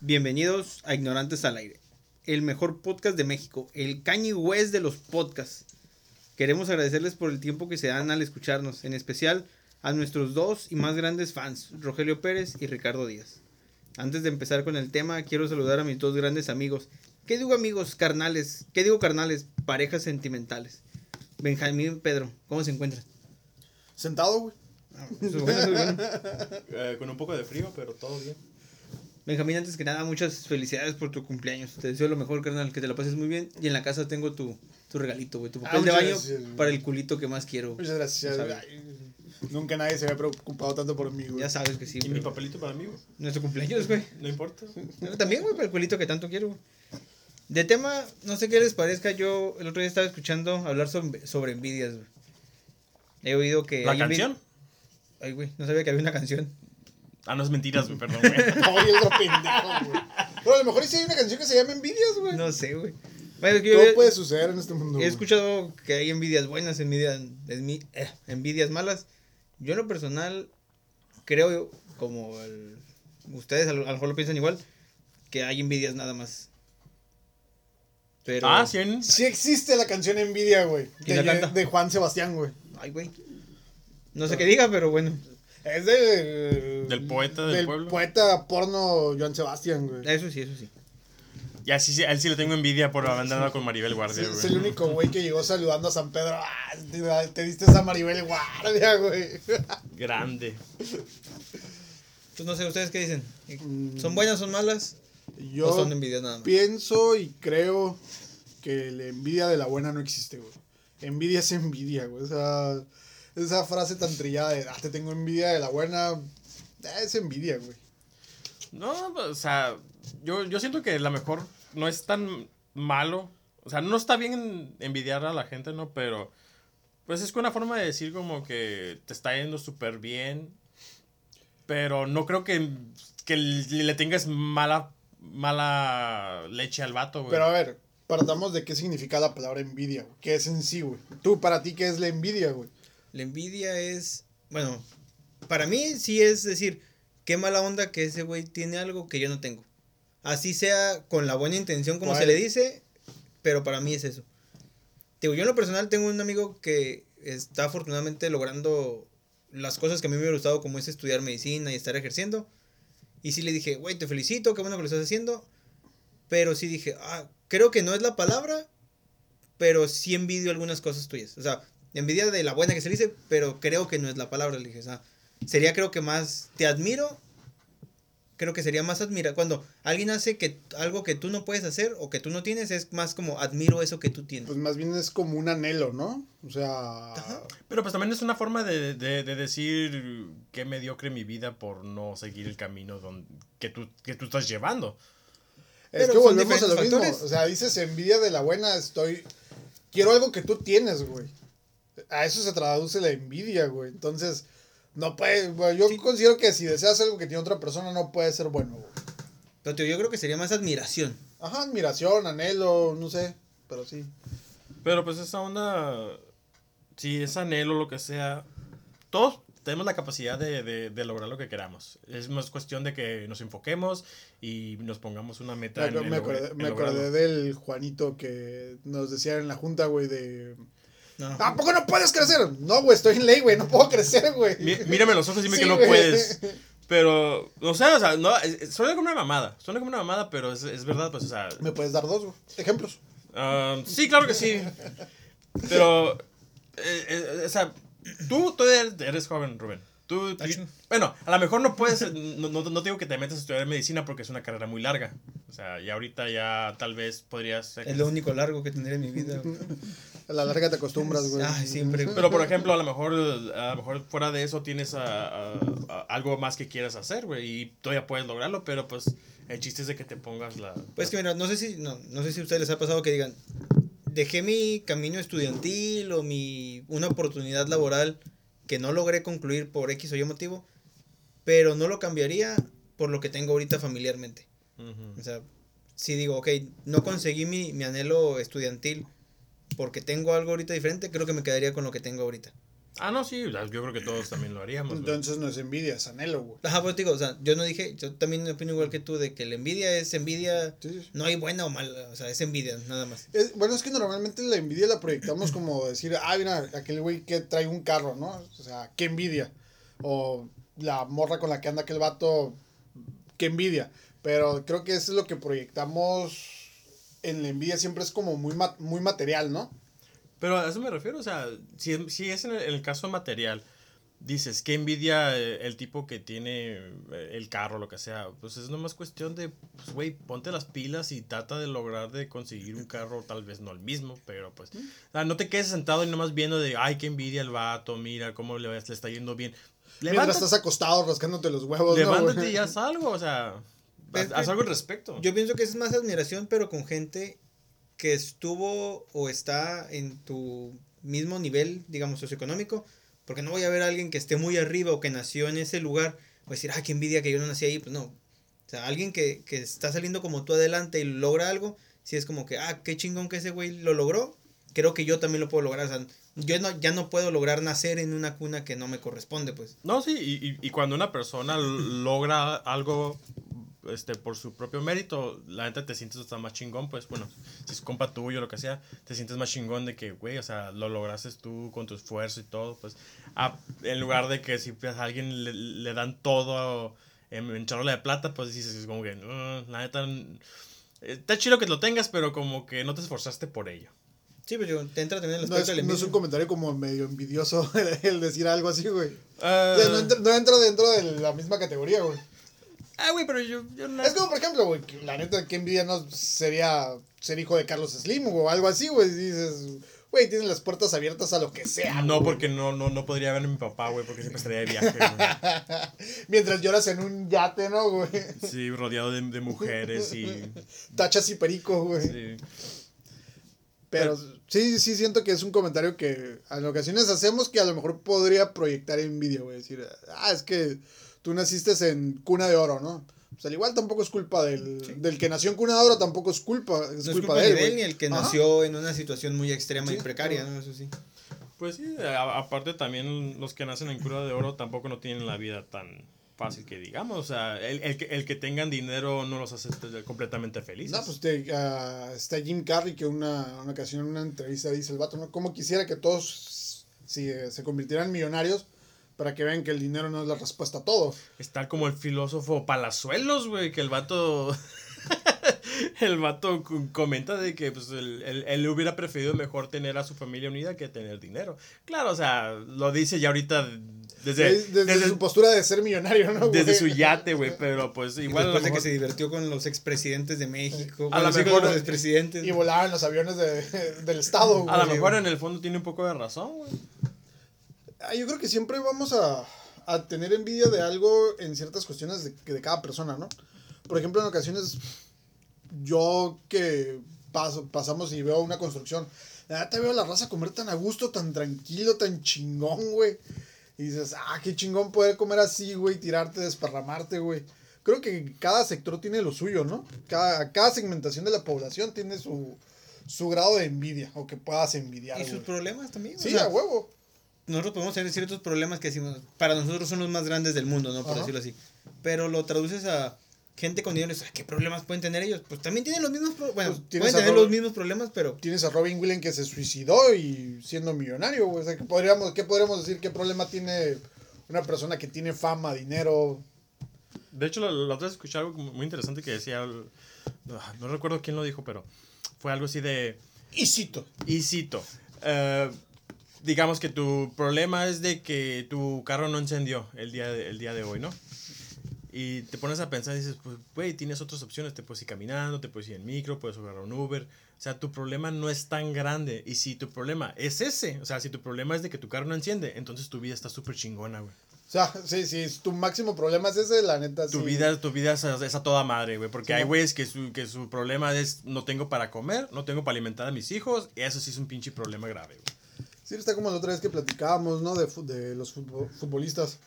Bienvenidos a Ignorantes al Aire, el mejor podcast de México, el Kanye West de los podcasts. Queremos agradecerles por el tiempo que se dan al escucharnos, en especial a nuestros dos y más grandes fans, Rogelio Pérez y Ricardo Díaz. Antes de empezar con el tema, quiero saludar a mis dos grandes amigos. ¿Qué digo amigos? Carnales. ¿Qué digo carnales? Parejas sentimentales. Benjamín Pedro, ¿cómo se encuentran? Sentado, güey. Ah, eso es bueno, eso es bueno. Eh, con un poco de frío, pero todo bien. Benjamín, antes que nada, muchas felicidades por tu cumpleaños. Te deseo lo mejor, carnal, que te la pases muy bien. Y en la casa tengo tu, tu regalito, güey, tu Ah, papel de muchas baño gracias, güey. para el culito que más quiero. güey. Muchas Ya gracias. sabes. Ay, nunca nadie se había preocupado tanto por mí, güey. Ya sabes que sí, Y mi güey. papelito para mí, güey. Nuestro cumpleaños, güey. No importa. Yo También, güey, para el culito que tanto quiero. güey. De tema, no sé qué les parezca, yo el otro día estaba escuchando hablar sobre, sobre envidias, güey. He oído que... ¿La hay envi- canción? Ay, güey, no sabía que había una canción. Ah, no es mentiras, güey, perdón, güey. Oye, otro pendejo, güey. Pero a lo mejor hice una canción que se llama Envidias, güey. No sé, güey. Bueno, es que yo Todo ya- puede suceder en este mundo. He güey. escuchado que hay envidias buenas, envidias, envi- eh, envidias malas. Yo en lo personal creo, como el- ustedes a lo, a lo mejor lo piensan igual, que hay envidias nada más. Pero... Ah, sí, en- Sí existe la canción Envidia, güey. ¿Quién la De, canta? de Juan Sebastián, güey. Ay, güey. No sé qué diga, pero bueno. Es de. Del poeta del pueblo. poeta porno Juan Sebastián, güey. Eso sí, eso sí. Ya, sí, sí, a él sí le tengo envidia por haber andado con Maribel Es, Guardia, es güey. el único güey que llegó saludando a San Pedro. Ah, te, te diste esa Maribel Guardia, güey. Grande. Pues no sé, ¿ustedes qué dicen? Mm. ¿Son buenas, son malas? Yo. ¿O son envidias nada más? Pienso y creo que la envidia de la buena no existe, güey. Envidia es envidia, güey. Esa, esa frase tan trillada de, ah, te tengo envidia de la buena, eh, es envidia, güey. No, pues, o sea, yo, yo siento que a lo mejor no es tan malo. O sea, no está bien envidiar a la gente, ¿no? Pero, pues es que una forma de decir como que te está yendo súper bien. Pero no creo que, que le le tengas mala, mala leche al vato, güey. Pero a ver, partamos de qué significa la palabra envidia, güey. ¿Qué es en sí, güey? Tú, para ti, ¿qué es la envidia, güey? La envidia es, bueno, para mí sí es decir, qué mala onda que ese güey tiene algo que yo no tengo. Así sea con la buena intención como se ¿Cuál? le dice, pero para mí es eso. Te Digo, yo en lo personal tengo un amigo que está afortunadamente logrando las cosas que a mí me hubiera gustado, como es estudiar medicina y estar ejerciendo. Y sí le dije, güey, te felicito, qué bueno que lo estás haciendo. Pero sí dije, ah, creo que no es la palabra, pero sí envidio algunas cosas tuyas. O sea, envidia de la buena que se le dice, pero creo que no es la palabra. Le dije, o sea, sería creo que más, te admiro, creo que sería más admirar. Cuando alguien hace que algo que tú no puedes hacer o que tú no tienes, es más como admiro eso que tú tienes. Pues más bien es como un anhelo, ¿no? O sea, Ajá. Pero pues también es una forma de, de, de decir que mediocre mi vida por no seguir el camino don- que, tú, que tú estás llevando. Pero es que son volvemos a lo diferentes factores. mismo. O sea, dices envidia de la buena, estoy... Quiero algo que tú tienes, güey. A eso se traduce la envidia, güey. Entonces, no puede... güey, yo Sí. considero que si deseas algo que tiene otra persona, no puede ser bueno, güey. Pero te digo, yo creo que sería más admiración. Ajá, admiración, anhelo, no sé. Pero sí. Pero pues esa onda, si es anhelo lo que sea, todos tenemos la capacidad de, de- de lograr lo que queramos. Es más cuestión de que nos enfoquemos y nos pongamos una meta. Me, en- en me lograr- acordé, en me lograrlo. acordé del Juanito que nos decía en la junta, güey, de... No. ¿Tampoco no puedes crecer? No, güey, estoy en ley, güey, no puedo crecer, güey. Mí- Mírame a los ojos y dime Sí, que no güey. puedes. Pero, o sea, o sea, no, es- es- suena como una mamada. Suena como una mamada, pero es, es verdad, pues, o sea. Me puedes dar dos, güey. Ejemplos. Ah, sí, claro que sí. Pero, eh, eh, o sea, tú, tú eres, eres joven, Rubén. Tú, tú- Achú. bueno, a lo mejor no puedes, no, no, no te digo que te metas a estudiar medicina porque es una carrera muy larga. O sea, ya ahorita ya tal vez podrías... Es lo único largo que tendré en mi vida. güey. A la larga te acostumbras, güey. Ay, siempre, güey. Pero, por ejemplo, a lo mejor, a lo mejor fuera de eso tienes ah, ah, ah, algo más que quieras hacer, güey. Y todavía puedes lograrlo, pero pues el chiste es de que te pongas la... Pues que mira, no sé si, no, no sé si a ustedes les ha pasado que digan, dejé mi camino estudiantil o mi, una oportunidad laboral que no logré concluir por X o Y motivo, pero no lo cambiaría por lo que tengo ahorita familiarmente. Ujú. O sea, si digo, ok, no conseguí mi, mi anhelo estudiantil porque tengo algo ahorita diferente, creo que me quedaría con lo que tengo ahorita. Ah, no, sí, yo creo que todos también lo haríamos. güey. Entonces no es envidia, es anhelo, güey. Ajá, pues digo, o sea, yo no dije, yo también opino igual que tú de que la envidia es envidia, Sí, sí, sí. no hay buena o mala, o sea, es envidia, nada más. Es- bueno, es que normalmente la envidia la proyectamos como decir, ah, mira, aquel güey que trae un carro, ¿no? O sea, qué envidia. O la morra con la que anda aquel vato, qué envidia. Pero creo que eso es lo que proyectamos en la envidia, siempre es como muy, ma- muy material, ¿no? Pero a eso me refiero, o sea, si, si es en el, en el caso material, dices, que envidia eh, el tipo que tiene eh, el carro, lo que sea, pues es nomás cuestión de, pues, güey, ponte las pilas y trata de lograr de conseguir un carro, tal vez no el mismo, pero pues, o sea, no te quedes sentado y nomás viendo de, ay, qué envidia el vato, mira cómo le, va- le está yendo bien. Mientras Levántate, estás acostado rascándote los huevos, ¿no, güey? levántate y haz algo, o sea, Es haz, que haz algo al respecto. Yo pienso que es más admiración, pero con gente que estuvo o está en tu mismo nivel, digamos, socioeconómico, porque no voy a ver a alguien que esté muy arriba o que nació en ese lugar, o decir, ah, qué envidia que yo no nací ahí, pues no. O sea, alguien que, que está saliendo como tú adelante y logra algo, si es como que, ah, qué chingón que ese güey lo logró, creo que yo también lo puedo lograr, o sea, yo no, ya no puedo lograr nacer en una cuna que no me corresponde, pues. No, sí, y, y- y cuando una persona l- logra algo este, por su propio mérito, la neta te sientes hasta más chingón, pues bueno, si es compa tuyo, lo que sea, te sientes más chingón de que, güey, o sea, lo lograste tú con tu esfuerzo y todo, pues, a- en lugar de que si pues, a alguien le, le dan todo en, en charola de plata, pues dices, es como que, "Mm, la neta, mm, está chido que lo tengas, pero como que no te esforzaste por ello. Sí, pero yo- te entra también el No aspecto es, de la no es envidia. un comentario como medio envidioso el decir algo así, güey. Ah, O sea, no, entra- no entra dentro de la misma categoría, güey. ah, güey, pero yo, yo no- Es como, por ejemplo, güey, que la neta, qué envidia no sería ser hijo de Carlos Slim o algo así, güey. Dices, güey, tienes las puertas abiertas a lo que sea. No, güey. porque no, no, no podría ver a mi papá, güey, porque siempre estaría de viaje, güey. pues. Mientras lloras en un yate, ¿no, güey? Sí, rodeado de, de mujeres y. Tachas y perico, güey. sí. Pero sí, sí siento que es un comentario que en ocasiones hacemos que a lo mejor podría proyectar envidia, güey. Decir, ah, es que tú naciste en cuna de oro, ¿no? Pues al igual tampoco es culpa del, del que nació en cuna de oro, tampoco es culpa, es, No es culpa, de él, ni güey. el que Ajá. nació en una situación muy extrema y Sí, precaria, claro. ¿no? Eso sí. Pues sí, a- aparte también los que nacen en cura de oro tampoco no tienen la vida tan fácil que digamos. O sea, el, el que, el que tengan dinero no los hace t- completamente felices. No, pues te- ah, está Jim Carrey que una, una ocasión en una entrevista dice el vato, ¿no? ¿Cómo quisiera que todos si, eh, se convirtieran en millonarios para que vean que el dinero no es la respuesta a todo? Está como el filósofo Palazuelos, güey, que el vato. el vato c- comenta de que pues, él, él- él hubiera preferido mejor tener a su familia unida que tener dinero. Claro, o sea, lo dice ya ahorita desde, Es- desde, desde- su postura de ser millonario, ¿no? güey? desde su yate, güey, pero pues igual. Igual a lo después de que mejor- se divertió con los expresidentes de México, A a lo los hijos mejor- de los expresidentes. Y volaban los aviones de- del Estado, A lo güey. mejor en el fondo tiene un poco de razón, güey. Ah, Yo creo que siempre vamos a, a tener envidia de algo en ciertas cuestiones de, de cada persona, ¿no? Por ejemplo, en ocasiones yo que paso, pasamos y veo una construcción, la neta veo a la raza comer tan a gusto, tan tranquilo, tan chingón, güey. Y dices, ah, qué chingón poder comer así, güey, tirarte, desparramarte, güey. Creo que cada sector tiene lo suyo, ¿no? Cada, cada segmentación de la población tiene su, su grado de envidia o que puedas envidiar. Y sus güey. problemas también. o Sí, sea, a huevo. nosotros podemos tener ciertos problemas que decimos, para nosotros son los más grandes del mundo, ¿no? Por Ajá. decirlo así. Pero lo traduces a gente con dinero y dices, "Ah, ¿qué problemas pueden tener ellos? Pues también tienen los mismos problemas. Bueno, Pues, tienes pueden a tener Robert- los mismos problemas, pero tienes a Robin Williams que se suicidó y siendo millonario, güey. O sea, ¿qué podríamos, ¿qué podríamos decir? ¿Qué problema tiene una persona que tiene fama, dinero? De hecho, la, la otra vez escuché algo como muy interesante que decía. el- ah, No recuerdo quién lo dijo, pero fue algo así de. Y cito. Y cito. eh, digamos que tu problema es de que tu carro no encendió el día de, el día de hoy, ¿no? Y te pones a pensar y dices, pues, güey, tienes otras opciones. Te puedes ir caminando, te puedes ir en micro, puedes agarrar un Uber. O sea, tu problema no es tan grande. Y si tu problema es ese, o sea, si tu problema es de que tu carro no enciende, entonces tu vida está súper chingona, güey. O sea, sí, sí, es- tu máximo problema es ese, la neta. Tu sí. vida, tu vida es, a- es a toda madre, güey. Porque Sí, hay ¿no? güeyes que su, que su problema es no tengo para comer, no tengo para alimentar a mis hijos. Y eso sí es un pinche problema grave, güey. Sí, está como la otra vez que platicábamos, ¿no? De, fu- de los futbo- futbolistas.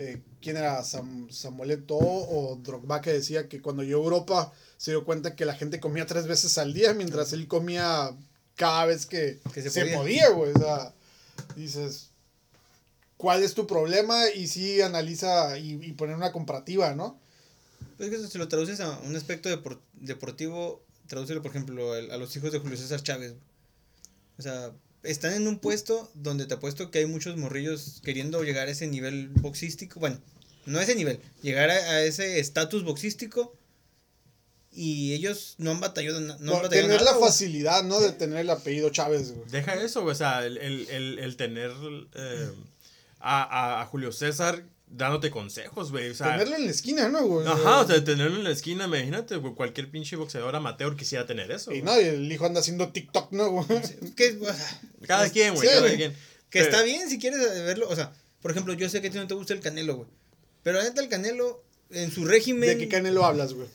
Eh, ¿Quién era? Sam, ¿Samuel Eto'o o Drogba que decía que cuando llegó a Europa se dio cuenta que la gente comía tres veces al día mientras él comía cada vez que, Que se, se podía. podía. güey. O sea, dices, cuál es tu problema y sí analiza y, y poner una comparativa, ¿no? Pues que eso, si lo traduces a un aspecto depor- deportivo, tradúcelo, por ejemplo, al- a los hijos de Julio César Chávez. güey. O sea, están en un puesto donde te apuesto que hay muchos morrillos queriendo llegar a ese nivel boxístico. Bueno, no a ese nivel, llegar a, a ese estatus boxístico. Y ellos no han batallado, na- no han No, batallado tener nada, la güey. facilidad, ¿no? De tener el apellido Chávez, güey. Deja eso, güey, O sea, el, el- el- el tener eh, a, a- a Julio César dándote consejos, güey. O sea, Tenerlo en la esquina, ¿no, güey? Ajá, o sea, tenerlo en la esquina, imagínate, güey, cualquier pinche boxeador amateur quisiera tener eso. Y güey. no, y el hijo anda haciendo TikTok, ¿no, güey? Que, o sea, Cada quien, güey, Sí, cada güey. quien. que Pero- está bien si quieres verlo. O sea, por ejemplo, yo sé que a ti no te gusta el canelo, güey. Pero la neta, el canelo, en su régimen ¿De qué canelo hablas, güey?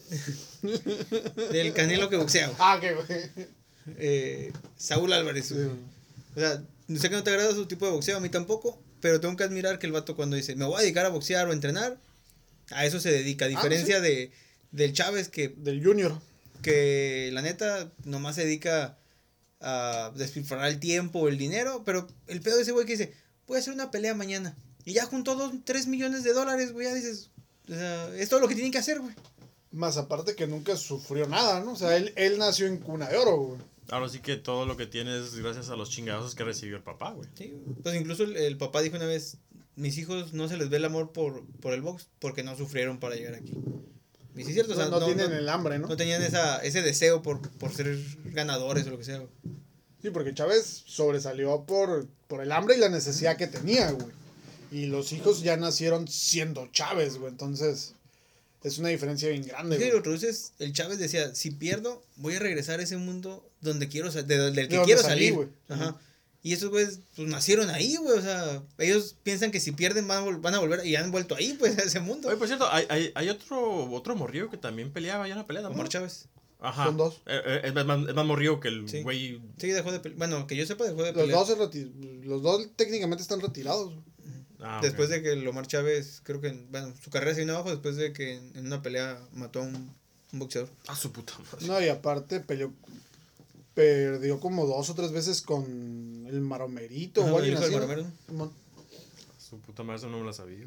del canelo que boxea, güey. Ah, qué güey. eh, Saúl Álvarez. güey. O sea, sé que no te agrada su tipo de boxeo, a mí tampoco, pero tengo que admirar que el vato cuando dice, me voy a dedicar a boxear o a entrenar, a eso se dedica, a diferencia de, del Chávez que, Del Junior. que la neta nomás se dedica a despilfarrar el tiempo o el dinero, pero el pedo de ese güey que dice, voy a hacer una pelea mañana. Y ya juntó dos, tres millones de dólares, güey, ya dices, o sea, es todo lo que tienen que hacer, güey. Más aparte que nunca sufrió nada, ¿no? O sea, él, él nació en cuna de oro, güey. Ahora sí que todo lo que tienes es gracias a los chingazos que recibió el papá, güey. Sí, pues incluso el, el papá dijo una vez, mis hijos no se les ve el amor por, por el box porque no sufrieron para llegar aquí. Y sí es cierto, o sea, no, no tienen no- el hambre, ¿no? no tenían esa, ese deseo por, por ser ganadores o lo que sea. Sí, porque Chávez sobresalió por, por el hambre y la necesidad que tenía, güey. Y los hijos ya nacieron siendo Chávez, güey. Entonces, es una diferencia bien grande, Es que güey. lo traduces, el Chávez decía, si pierdo, voy a regresar a ese mundo donde quiero sa- de, del que donde quiero salí, salir. güey. Ajá. Y esos güeyes pues, nacieron ahí, güey. O sea, ellos piensan que si pierden van a, vol- van a volver y han vuelto ahí, pues, a ese mundo. Oye, por cierto, hay, hay, hay otro, otro morrillo que también peleaba, ya una pues, pelea Omar también. Chávez. Ajá. Son dos. Eh, eh, es, más, es más morrillo que el Sí. güey. Sí, dejó de pelear. Bueno, que yo sepa, dejó de Los pelear. dos, se reti- los dos técnicamente están retirados. güey. Ah, Después ok. de que el Omar Chávez, creo que, bueno, su carrera se vino abajo después de que en en una pelea mató a un, un boxeador. Ah, su puta madre. No, y aparte peleó, perdió como dos o tres veces con el maromerito Ajá, o el alguien hijo del así, ¿no? Maromero, ¿no? Simón. Su puta madre, eso no me lo sabía.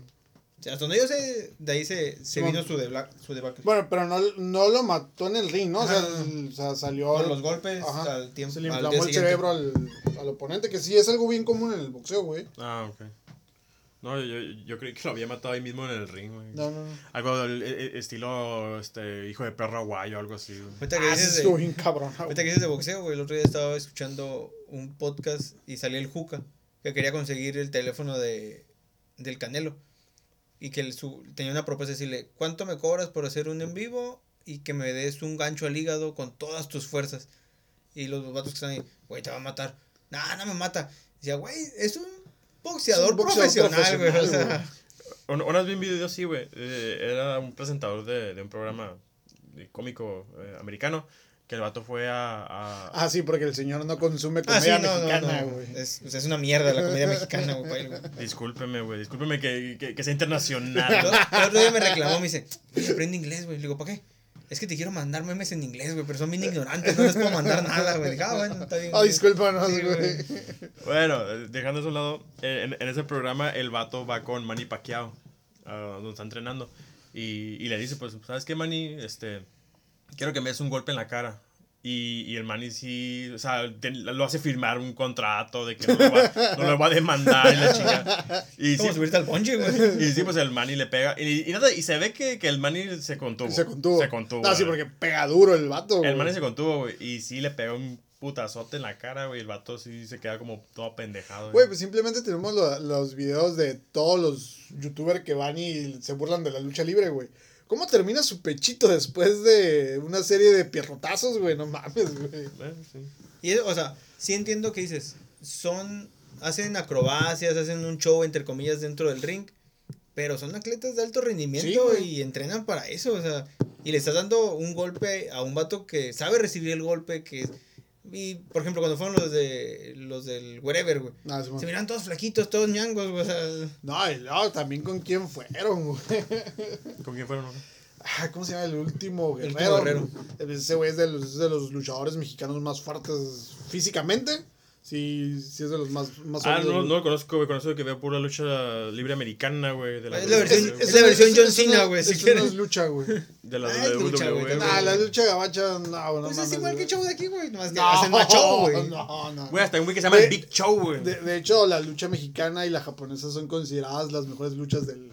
O sea, hasta donde yo sé, de ahí se, se Simón. vino su, debla- su debacle. Bueno, pero no, no lo mató en el ring, ¿no? O sea, Ajá. el- o sea, salió... Con los golpes Ajá. al tiempo. Se le al inflamó día el siguiente. cerebro al, al oponente, que sí es algo bien común en el boxeo, güey. Ah, ok. No, yo, yo, yo creí que lo había matado ahí mismo en el ring, güey. No, no, no. Algo del eh, eh, estilo este, hijo de perro aguayo, algo así. güey. Ahorita que Ah, sí, dices de- estuvo bien cabrón. güey. ahorita que dices de boxeo, güey, el otro día estaba escuchando un podcast y salía el Juca, que quería conseguir el teléfono de, del Canelo. Y que el- su- tenía una propuesta de decirle, ¿cuánto me cobras por hacer un en vivo? Y que me des un gancho al hígado con todas tus fuerzas. Y los vatos que están ahí, güey, te va a matar. No, no me mata. Decía, güey, es un boxeador, Es un boxeador profesional, güey. O profesional, sea, Un- Una vez vi un video así, güey. eh, era un presentador de, de un programa de cómico eh, americano. Que el vato fue a. a- Ah, sí, porque el señor no consume ah, sí, comida no, no, mexicana, no. güey. Es, o sea, es una mierda la comedia mexicana, güey, para él, güey. Discúlpeme, güey. Discúlpeme que, que, que sea internacional. El otro- el otro día me reclamó, me dice, oye, aprende inglés, güey. Le digo, ¿para qué? Es que te quiero mandar memes en inglés, güey, pero son bien ignorantes, no les puedo mandar nada, güey. Dije, ah, bueno, está bien. Ah, güey". discúlpanos, Sí, güey. Bueno, eh, dejando eso a un lado, eh, en, en ese programa el vato va con Manny Pacquiao, a donde está entrenando, y, y le dice, pues, ¿sabes qué, Manny? Este, quiero que me des un golpe en la cara. Y, y el Manny sí, o sea, te- lo hace firmar un contrato de que no lo va, no lo va a demandar y la chica. Y Es sí, como subirte al ponche, güey. y sí, pues el Manny le pega. Y, y nada, y se ve que, que el Manny se contuvo. Se contuvo. Se contuvo. Ah, sí, güey. porque pega duro el vato, güey. El man se contuvo, güey. Y sí le pegó un putazote en la cara, güey. El vato sí se queda como todo pendejado. Güey, pues simplemente tenemos lo- los videos de todos los youtubers que van y se burlan de la lucha libre, güey. ¿Cómo termina su pechito después de una serie de pierrotazos, güey? No mames, güey. Eh, sí. Y, es- o sea, sí entiendo que dices, son, hacen acrobacias, hacen un show, entre comillas, dentro del ring, pero son atletas de alto Sí, rendimiento güey. y entrenan para eso, o sea, y le estás dando un golpe a un vato que sabe recibir el golpe, que... Y, por ejemplo, cuando fueron los de los del wherever, güey. Ah, Simón. Se miran todos flaquitos, todos ñangos, güey. O sea, No, y luego también con quién fueron, güey. ¿Con quién fueron? Ah, ¿Cómo se llama el último El guerrero? último guerrero. Ese güey es de los, es de los luchadores mexicanos más fuertes físicamente. Sí, sí es de los más, más Ah, sólidos, no, güey. no lo conozco, güey. Conozco que veo pura lucha libre americana, güey. De la, Es la WWE, versión- güey. es la versión una- John es Cena, una- güey, si es quieres. una lucha, güey. De la Ah, es WWE, lucha, güey, güey. Ah, la güey. lucha gabacha, no, no Pues mames, es igual güey. que el show de aquí, güey. Nomás que No, hacen más show, güey. No, no. Güey, hasta hay un güey que se llama el De- Big Show, güey. De, de hecho, la lucha mexicana y la japonesa son consideradas las mejores luchas del,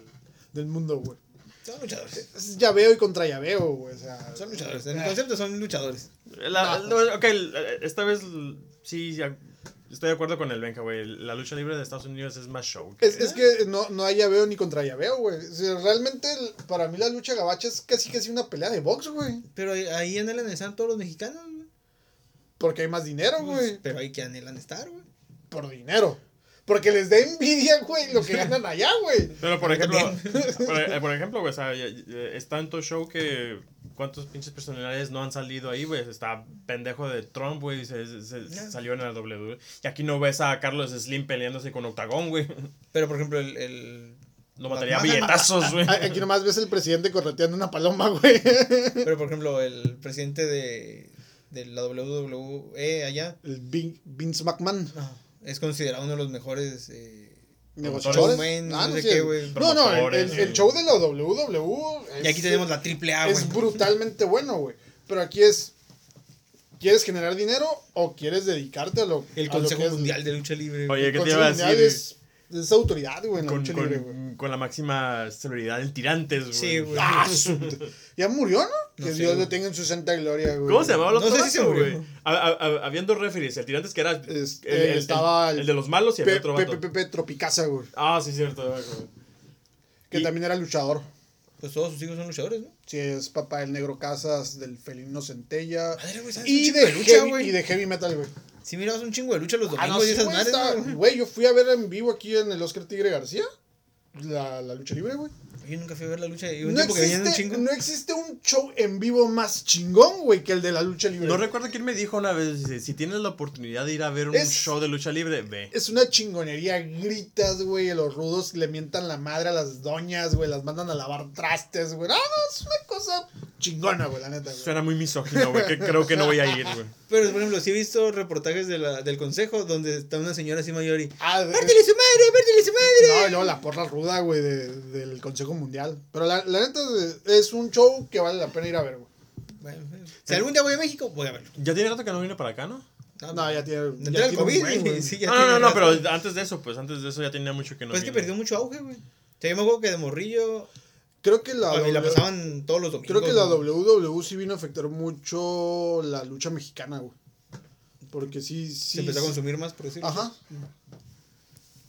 del mundo, güey. Son luchadores. Es llaveo y contra llaveo, güey. O sea, Son luchadores. En eh, el concepto son luchadores. La- No. la- ok, la- esta vez l- sí, ya estoy de acuerdo con el Benja, güey. La lucha libre de Estados Unidos es más show. Es, es que no, no hay llaveo ni contra llaveo, güey. O sea, realmente, el- para mí, la lucha gabacha es casi casi una pelea de box, güey. Pero ahí- ahí anhelan estar todos los mexicanos, güey. Porque hay más dinero, Pues, güey. Pero ahí que anhelan estar, güey. Por dinero. Porque les da envidia, güey, lo que ganan allá, güey. Pero por ejemplo, por, eh, por ejemplo, güey, o sea, ya- ya es tanto show que cuántos pinches personalidades no han salido ahí, güey. Está pendejo de Trump, güey, se, se- se- No. salió en la WWE. Y aquí no ves a Carlos Slim peleándose con Octagón, güey. Pero, por ejemplo, el... el- No mataría a Batman. billetazos, güey. A- Aquí nomás ves el presidente correteando una paloma, güey. Pero, por ejemplo, el presidente de, de la WWE allá El Vin- Vince McMahon. no, es considerado uno de los mejores... eh, Negociadores. Showman, Ah, no no, sé sí, qué, el- güey. eh. no, no, el, el- Promotores, el sí. show de la WWE. y aquí tenemos la triple A, güey. Es brutalmente bueno, güey. Pero aquí es. ¿Quieres generar dinero o quieres dedicarte a lo, El a lo Consejo que es- Mundial de Lucha Libre. güey. Oye, ¿qué te Consejo iba a Mundial decir? Es, es autoridad, güey, en la Con, lucha con- libre, güey. con la máxima celebridad del Tirantes, güey. Sí, güey. Ah, su- ya murió, ¿no? No que sé, Dios güey. lo tenga en su santa gloria, güey. ¿Cómo se llamaba el No otro sé si vato, se murió. Este, güey? Ha- ha- ha- Habían dos referees, el tirantes que era el, Es- el- el- estaba el el- de los malos y el Pe- otro Pe- vato. Pe- Pepe Tropicasa, güey. Ah, sí, cierto. güey. Que Y- también era luchador. Pues todos sus hijos son luchadores, ¿no? Sí, es papá del Negro Casas, del Felino Centella. Madre, güey, ¿sabes? Ah, Un Y chico de, de lucha, heavy, güey. y de heavy metal, güey. Si mirabas un chingo de lucha los Ah, domingos no, y sí, esas güey, madres, estaba- ¿no, güey? güey, yo fui a ver en vivo aquí en el Oscar Tigre García. La, la lucha libre, güey. Yo nunca fui a ver la lucha. Y un No tiempo que venían un existe, chingo. no existe un show en vivo más chingón, güey, que el de la lucha libre. No recuerdo quién me dijo una vez, dice, si tienes la oportunidad de ir a ver un Es- show de lucha libre, ve. Es una chingonería, gritas, güey, a los rudos le mientan la madre a las doñas, güey, las mandan a lavar trastes, güey. Ah, no, es una cosa chingona, güey, la neta, güey. Suena muy misógino, güey, que creo que no voy a ir, güey. Pero, por ejemplo, sí he visto reportajes de la, del consejo donde está una señora así mayor y. Ah, de- ¡Pártele su madre! ¡Pártele su No, y madre! luego la porra ruda, güey, de- del Consejo Mundial. Pero la, la neta es un show que vale la pena ir a ver, güey. Bueno, si algún día voy a México, voy a verlo. Ya tiene rato que no vine para acá, ¿no? No, ya tiene. ya Entré al tiene un COVID, buen, güey. güey. Sí, ya no, no, no, tiene no, rato. pero antes de eso, pues antes de eso ya tenía mucho que no Pues es que vine. perdió mucho auge, güey. O sea, yo me acuerdo que de morrillo. Creo que la. a mí la W- pasaban todos los domingos. Creo que la güey. WWE sí vino a afectar mucho la lucha mexicana, güey. Porque sí, sí. Se empezó a consumir más, por decirlo. Ajá.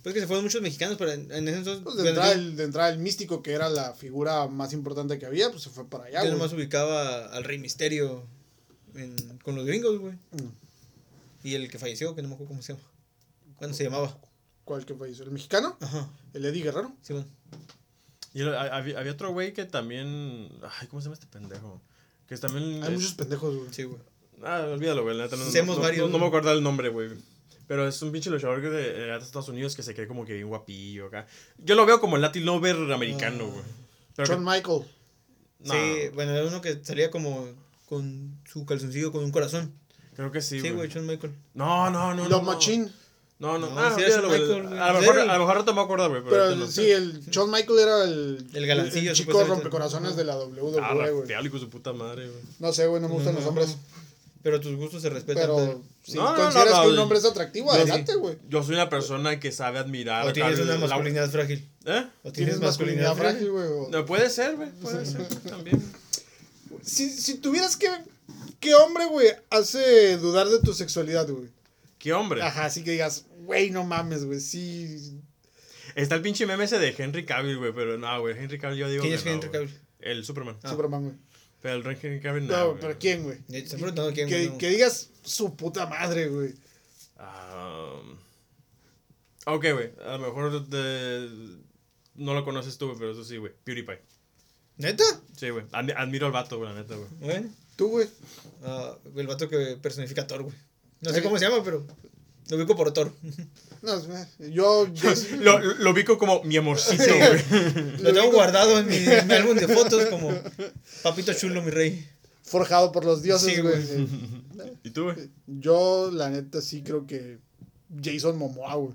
Pues que se fueron muchos mexicanos, pero en, en ese entonces. Pues de, bueno, entrada yo- el, de entrada el místico, que era la figura más importante que había, pues se fue para allá, Yo güey. nomás ubicaba al Rey Misterio en- con los gringos, güey. Mm. Y el que falleció, que no me acuerdo cómo se llama. ¿Cuándo se llamaba? ¿Cuál que falleció? ¿El mexicano? Ajá, ¿El Eddie Guerrero? sí, bueno. Y lo- ha- había, había otro güey que también... Ay, ¿cómo se llama este pendejo? Que también... Hay es- muchos pendejos, güey. Sí, güey. Ah, olvídalo, güey. la neta, no, Hacemos no- varios, no- no me güey. acuerdo el nombre, güey. Pero es un pinche luchador que de, eh, de Estados Unidos que se cree como que bien guapillo acá. Yo lo veo como el latinover americano, Ah. güey. Pero Shawn que- Michael. no, Sí, bueno, era uno que salía como con su calzoncillo con un corazón. creo que sí, Sí, güey. güey, Shawn Michael. no, no, no. Love no, no. Machine. No, no. No, Ah, sí era Shawn olvídalo, güey. Michael, güey. a, lo mejor, Sí. a lo mejor no te me voy a acordar, güey. Pero, Pero ahorita no. sí, el Shawn Michael era el, El galancillo, el chico supuestamente. rompecorazones de la Ah, WWE, güey. rapealo, hijo de su puta madre, güey. No sé, güey, no me gustan No, los hombres. Pero tus gustos se respetan. Pero Pedro. si No, no, consideras no, no, que un el- hombre es atractivo, Sí. adelante, güey. Yo soy una persona que sabe admirar. O acá tienes el- una la- masculinidad frágil. ¿Eh? O Tienes masculinidad frágil, güey. o- No, puede ser, güey. Puede ser también. Si, si tuvieras que. ¿Qué hombre, güey, hace dudar de tu sexualidad, güey? Qué hombre. Ajá, así que digas, güey, no mames, güey. Sí. Está el pinche meme ese de Henry Cavill, güey, pero no, güey, Henry Cavill yo digo ¿Quién que es no, Henry güey. Cavill? Ah. El Superman. Superman, güey. Pero el Henry Cavill no, No, güey. pero ¿quién, güey? Eh, Está preguntando quién. güey, Que, no. que digas su puta madre, güey. Ah, um, ok, güey, a lo mejor de- no lo conoces tú, güey, pero eso sí, güey, PewDiePie. ¿Neta? Sí, güey, Admi- admiro al vato, güey, la neta, güey. Bueno. Tú, güey. ah, el vato que personifica a Thor, güey. No Eh. sé cómo se llama, pero lo ubico por Thor. No, yo. yo Lo, lo ubico como mi amorcito, güey. Lo tengo guardado en mi, en mi álbum de fotos como Papito Chulo, mi rey. forjado por los dioses, Sí, güey. güey. Sí. ¿Y tú, güey? Yo, la neta, sí creo que Jason Momoa, güey.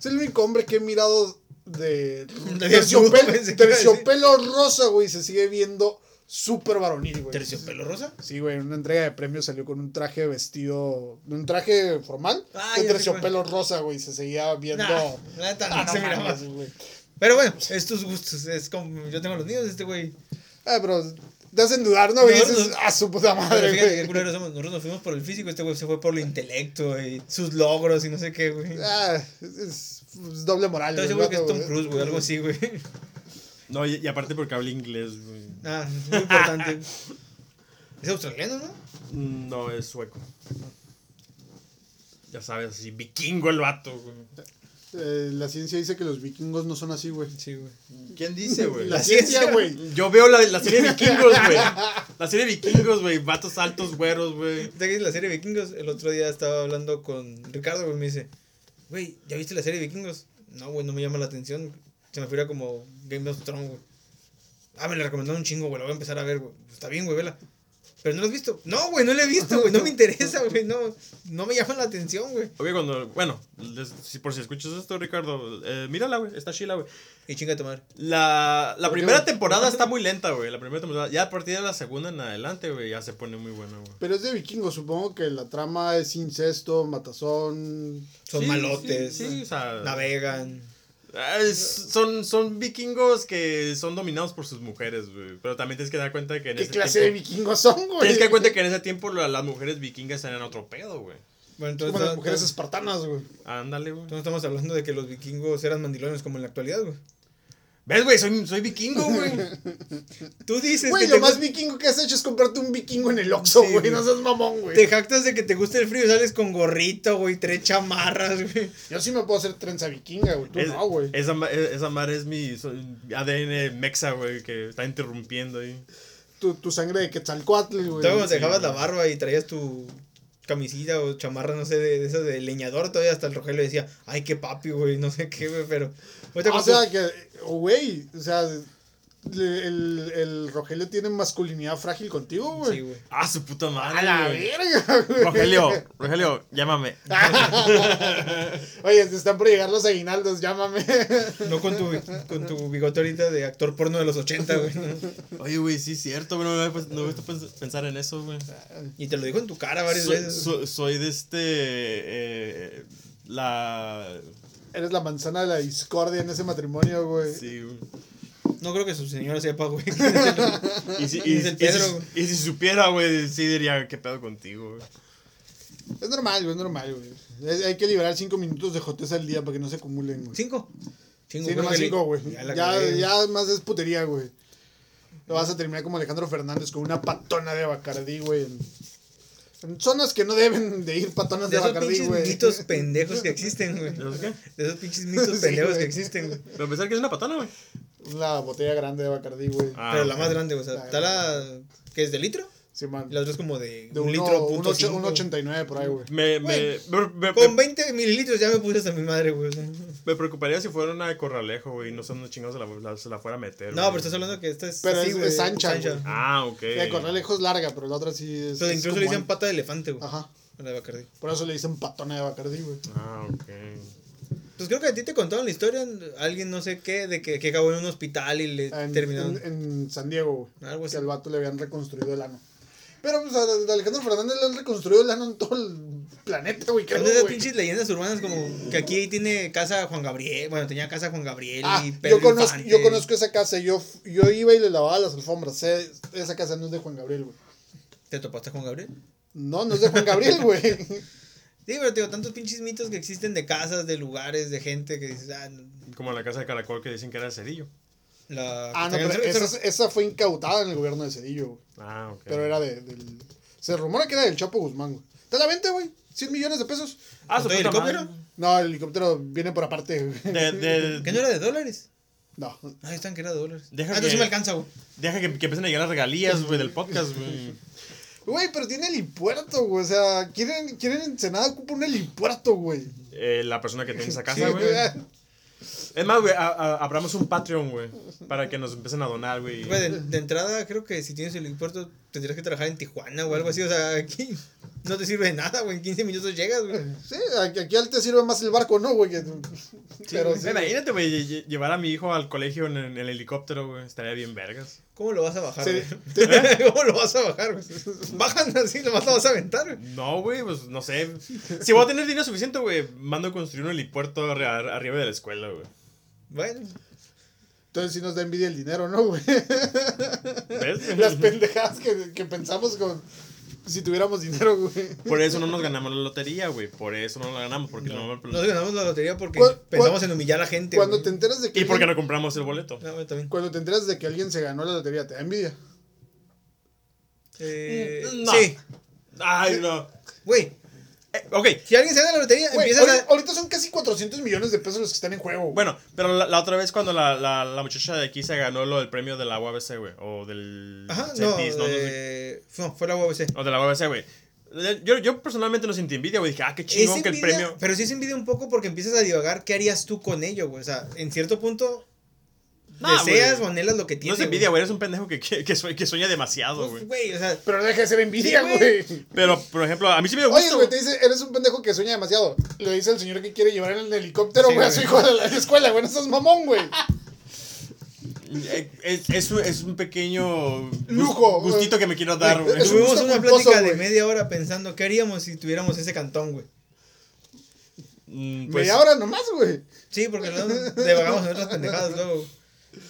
Es el único hombre que he mirado de De terciopelo, YouTube, pensé que iba a decir. terciopelo rosa, güey. Se sigue viendo súper varonil, güey. ¿Terciopelo rosa? Sí, güey, en una entrega de premios salió con un traje vestido, un traje formal Ah, ya de sé terciopelo rosa, güey, se seguía viendo. Nah, la neta, Ah, no se no mira mames, más. güey. Pero bueno, es tus gustos. Es como yo tengo los míos, este güey. Ah, pero te hacen dudar, ¿no? Y No, dices, no. ah, su puta Pero fíjate madre, qué güey. culeros somos. Nosotros nos fuimos por el físico, este güey se fue por lo intelecto y sus logros y no sé qué, güey. Ah, es, es- es doble moral. Entonces, güey, güey, que el es Tom vato, Cruise, güey, algo así, güey. No, y, y aparte porque habla inglés, güey. Ah, es muy importante. Es australiano, ¿no? No, es sueco. Ya sabes, así vikingo el vato, güey. Eh, la ciencia dice que los vikingos no son así, güey. Sí, güey. ¿Quién dice, güey? La ciencia, ciencia. güey. Yo veo la, la serie vikingos, güey. La serie vikingos, güey. Vatos altos, güeros, güey. Ahorita que dices la serie Vikingos, el otro día estaba hablando con Ricardo, güey, me dice, güey, ¿ya viste la serie Vikingos? No, güey, no me llama la atención. Se me figura como Game of Thrones, güey. Ah, me la recomendaron un chingo, güey, la voy a empezar a ver, güey. Está bien, güey, vela. Pero no la has visto. No, güey, no la he visto, güey, no me interesa, güey, no, no me llama la atención, güey. Oye, cuando. Bueno, les- si, por si escuchas esto, Ricardo, eh, mírala, güey. Está chila, güey. Y chinga tu madre. La, la ¿Por qué, primera güey? temporada está muy lenta, güey. La primera temporada. Ya a partir de la segunda en adelante, güey, ya se pone muy buena, güey. Pero es de vikingos, supongo que la trama es incesto, matazón. Son Sí, malotes, Sí, sí, o sea. navegan. Ah, es- son, son vikingos que son dominados por sus mujeres, güey. Pero también tienes que dar cuenta de que en ¿Qué ese clase de tiempo, vikingos son, güey? Tienes que dar cuenta que en ese tiempo la- las mujeres vikingas eran otro pedo, güey. Bueno, entonces, Como las mujeres entonces espartanas, güey. Ándale, güey. estamos hablando de que los vikingos eran mandilones como en la actualidad, güey. ¿Ves, güey? Soy, soy vikingo, güey. Tú dices Güey, que te lo gusta- más vikingo que has hecho es comprarte un vikingo en el Oxxo, Sí, güey. güey. No seas mamón, güey. Te jactas de que te gusta el frío y sales con gorrito, güey, tres chamarras, güey. Yo sí me puedo hacer trenza vikinga, güey. Tú Es- no, güey. Esa, ma- e- esa madre es mi soy- ADN mexa, güey, que está interrumpiendo ahí. Tu, tu sangre de Quetzalcoatl, güey. Todavía cuando te sí, dejabas la güey. barba y traías tu camisita o chamarra, no sé, de, de esas de leñador, todavía hasta el Rogelio decía, ay, qué papi, güey, no sé qué, güey, pero... Ahorita Ah, O cuando- sea, que, oh, güey, o sea, le- el, el Rogelio tiene masculinidad frágil contigo, güey. Sí, güey. Ah, su puta madre. A la güey. verga, güey. Rogelio, Rogelio, llámame. Oye, te están por llegar los aguinaldos, llámame. No con tu, con tu bigote ahorita de actor porno de los 80, güey. ¿no? Oye, güey, sí es cierto, güey. No me había pens- no me había puesto a pens- pensar en eso, güey. Y te lo dijo en tu cara varias Soy, veces. so- soy de este. eh, la. Eres la manzana de la discordia en ese matrimonio, güey. Sí, güey. No creo que su señora sepa, güey. Y si, y, Es el y Pedro, si- güey. y si supiera, güey, sí diría, ¿qué pedo contigo, güey? Es normal, güey, es normal, güey. Es- Hay que liberar cinco minutos de jotez al día para que no se acumulen, güey. ¿Cinco? Chingo, Sí, nomás Rogelio. cinco, güey. Ya la Ya, cagué, güey. ya más es putería, güey. Lo vas a terminar como Alejandro Fernández con una patona de Bacardí, güey. En, en zonas que no deben de ir patonas De de, esos Bacardí, pinches güey. mitos pendejos que existen, güey. ¿De los qué? De esos pinches mitos Sí, pendejos güey. que existen, güey. Pero pensar que es una patana, güey. Una botella grande de Bacardí, güey. Ah, pero la ok. más grande, o sea, La está la que es de litro Sí, man. y la otra es como de, De un uno- litro un punto ocho- cinco. un 89 por ahí, güey. Me, me, Güey, me, me- Con 20 mililitros ya me puse hasta mi madre, güey. o sea. me preocuparía si fuera una de corralejo, güey. y No sé dónde chingados se la, la- se la fuera a meter. No, güey. pero estás hablando que esta es. Pero así, es- güey, es ancha, güey. Ah, ok. Eh, La de lejos larga, pero la otra sí es. O sea, es Eh. incluso como Ah. le dicen an- pata de elefante, güey. Ajá. a La de Bacardi. Por eso le dicen patona de Bacardí, güey. Ah, ok. Pues creo que a ti te contaron la historia, alguien no sé qué, de que, que acabó en un hospital y le En, terminaron. en- en San Diego, güey. Algo así. Que al vato le habían reconstruido el ano. Pero pues a a Alejandro Fernández le han reconstruido el ano en todo el planeta, güey. Creo, Son de esas güey. pinches leyendas urbanas como que aquí tiene casa Juan Gabriel. Bueno, tenía casa Juan Gabriel Ah, y yo, Pedro conozco, Infante. yo conozco esa casa. Yo, f- yo iba y le lavaba las alfombras. sé- esa casa no es de Juan Gabriel, güey. ¿Te topaste a Juan Gabriel? No, no es de Juan Gabriel, güey. Sí, pero te digo, tantos pinches mitos que existen de casas, de lugares, de gente que dices, ah, Como la casa de caracol que dicen que era de cerillo. la. Ah, no, que- pero esa, esa fue incautada en el gobierno de Cedillo, güey. Ah, ok. Pero era de, del. Se rumora que era del Chapo Guzmán, güey. Te la vente, güey. 100 millones de pesos. Ah, su ¿Con puta todo madre. helicóptero? No, el helicóptero viene por aparte, güey. De, de- ¿Que no era de dólares? No. Ahí están que era de dólares. Deja ah, que- entonces sí me alcanza, güey. Deja que, que empiecen a llegar las regalías, güey, del podcast, güey. Güey, pero tiene helipuerto, güey. O sea, quieren, quieren Ensenada ocupa un helipuerto, güey. Eh, la persona que tiene esa Sí, casa, güey. güey. Es más, güey, a- a- abramos un Patreon, güey. Para que nos empiecen a donar, güey. Güey, de, de entrada, creo que si tienes el impuesto, tendrías que trabajar en Tijuana o algo así. O sea, aquí. no te sirve de nada, güey. En 15 minutos llegas, güey. Sí, aquí, aquí al te sirve más el barco, ¿no, güey? Que- pero sí, güey. Imagínate, güey, lle- lle- llevar a mi hijo al colegio en, en el helicóptero, güey. Estaría bien vergas. ¿Cómo lo vas a bajar, Sí. güey? ¿Cómo lo vas a bajar, güey? Bajan así, nomás lo vas a aventar, güey. No, güey, pues no sé. Si voy a tener dinero suficiente, güey, mando a construir un helipuerto arri- ar- arriba de la escuela, güey. Bueno, Entonces sí nos da envidia el dinero, ¿no, güey? ¿Ves? Las pendejadas que, que pensamos con... Si tuviéramos dinero, güey. Por eso no nos ganamos la lotería, güey. Por eso no la ganamos. Porque no. nos ganamos la lotería porque ¿Cuál- pensamos cuál- en humillar a la gente, Cuando güey. te enteras de que... Y porque alguien- no compramos el boleto. No, güey, también. Cuando te enteras de que alguien se ganó la lotería, te da envidia. Eh, No. Sí, Ay, no. güey. Eh, ok, Si alguien se gana la lotería, Güey, empiezas ahorita- a... ahorita son casi 400 millones de pesos los que están en juego. güey. bueno, pero la, la otra vez cuando la, la, la muchacha de aquí se ganó lo del premio de la UABC, güey. O del. Ajá, no, Cetis, no, no sé eh, no, fue la UABC. O de la UABC, güey. Yo, yo personalmente no sentí envidia, güey. Dije, ah, qué chingón Es que el envidia, premio. Pero sí es envidia un poco porque empiezas a divagar qué harías tú con ello, güey. O sea, en cierto punto Nah, deseas güey. o anhelas lo que tienes. no es envidia, güey. Eres un pendejo que, que, que sue- que sueña demasiado, Pues, güey. Güey, o sea, Pero deja de ser envidia, Sí, güey. Pero, por ejemplo, a mí sí me Oye, gusta. güey, güey. te dice, eres un pendejo que sueña demasiado. Lo dice el señor que quiere llevar en el helicóptero, Sí, güey, a güey. su hijo a la escuela, güey. No seas mamón, güey. Eh, Es, es, un- es un pequeño gust- Lujo, güey. gustito que me quiero dar, Güey, güey. es un tuvimos gusto una culposo, plática de güey. media hora pensando qué haríamos si tuviéramos ese cantón, güey. Mm, pues- Media hora nomás, güey. Sí, porque no divagamos en otras pendejadas luego.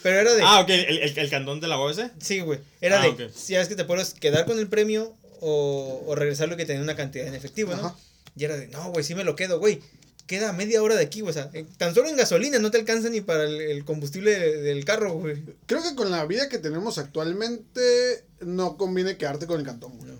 Pero era de. Ah, ok, el, el, el cantón de la UABC. Sí, güey. Era Ah, de. ok. Si ya ves que te puedes quedar con el premio o, o regresar lo que tenía una cantidad en efectivo, ¿no? Ajá. Y era de, no, güey, sí me lo quedo, güey. Queda media hora de aquí, güey. O sea, eh, tan solo en gasolina no te alcanza ni para el, el combustible de- del carro, güey. Creo que con la vida que tenemos actualmente no conviene quedarte con el cantón, güey.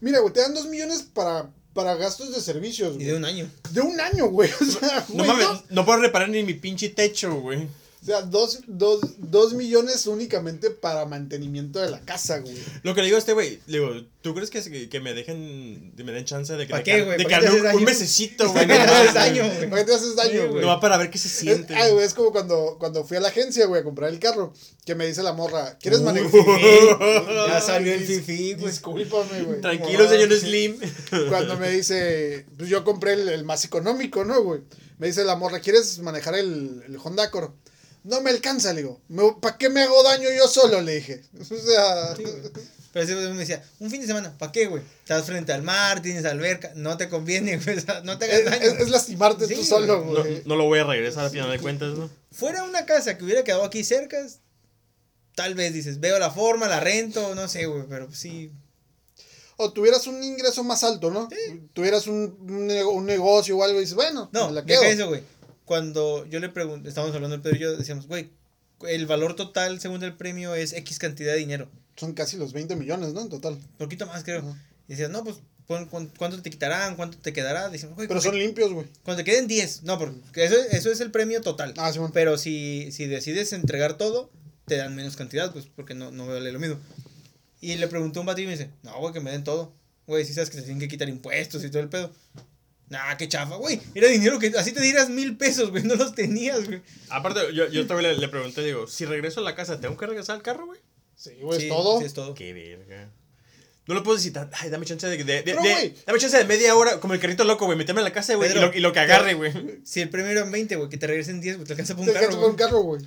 Mira, güey, te dan dos millones para, para gastos de servicios, Y güey. de un año. De un año, güey. O sea, No güey, mames, dos- no puedo reparar ni mi pinche techo, güey. O sea, dos, dos, dos millones únicamente para mantenimiento de la casa, güey. Lo que le digo a este güey, le digo, ¿tú crees que, que me dejen, de- me den chance de que ¿Pa de qué, car- güey? de ¿Pa qué te cargar haces un, un daño? mesecito, güey? No, ¿Pa qué te haces mames. daño, güey? ¿Para qué te haces Sí, daño, güey? güey. No va para ver qué se Es, siente. ay, güey, es como cuando, cuando fui a la agencia, güey, a comprar el carro, que me dice la morra, ¿quieres Uy. manejar? Ya salió el Dis- fifí, güey. Discúlpame, güey. Tranquilo, Wow. señor Slim. Cuando me dice, pues yo compré el, el más económico, ¿no, güey? Me dice la morra, ¿quieres manejar el, el Honda Accord? No me alcanza, le digo. ¿Para qué me hago daño yo solo? Le dije. O sea, Sí, güey. Pero siempre me decía, un fin de semana, ¿para qué, güey? Estás frente al mar, tienes alberca, no te conviene, güey. o sea, no te hagas es, daño. es- es lastimarte Sí, tú güey. solo, No, güey. no lo voy a regresar al final de cuentas, ¿no? Fuera una casa que hubiera quedado aquí cerca, tal vez dices, veo la forma, la rento, no sé, güey, pero sí. O tuvieras un ingreso más alto, ¿no? Tuvieras un, un nego- un negocio o algo y dices, bueno, No, me la deja quedo. eso, güey. Cuando yo le pregunté, estábamos hablando el Pedro y yo, decíamos, güey, el valor total según el premio es X cantidad de dinero. Son casi los 20 millones, ¿no? En total. Poquito más, creo. Ajá. Y decías, no, pues, pon- cu- ¿cuánto te quitarán? ¿Cuánto te quedará? Decíamos, güey, Pero son limpios, güey. cuando te queden 10. No, porque eso, eso es el premio total. Ah, Simón. Pero si, si decides entregar todo, te dan menos cantidad, pues porque no, no vale lo mismo. Y le preguntó un batido y me dice, no, güey, que me den todo. Güey, si sabes que se tienen que quitar impuestos y todo el pedo. Nah, qué chafa, güey. Era dinero que así te dieras mil pesos, güey. No los tenías, güey. Aparte, yo, yo también le, le pregunté, digo, si regreso a la casa, ¿tengo que regresar al carro, güey? Sí, güey, Sí, es Pues, todo. sí, es todo. Qué verga. No lo puedo citar. Ay, dame chance de. de- de- Pero, de- güey. dame chance de media hora, como el carrito loco, güey. Meteme en la casa, güey. Y Pedro, lo, y lo que te- agarre, güey. Si el premio eran 20, güey, que te regresen 10, güey, te alcanza para Te un alcanza carro. para un güey. carro, güey.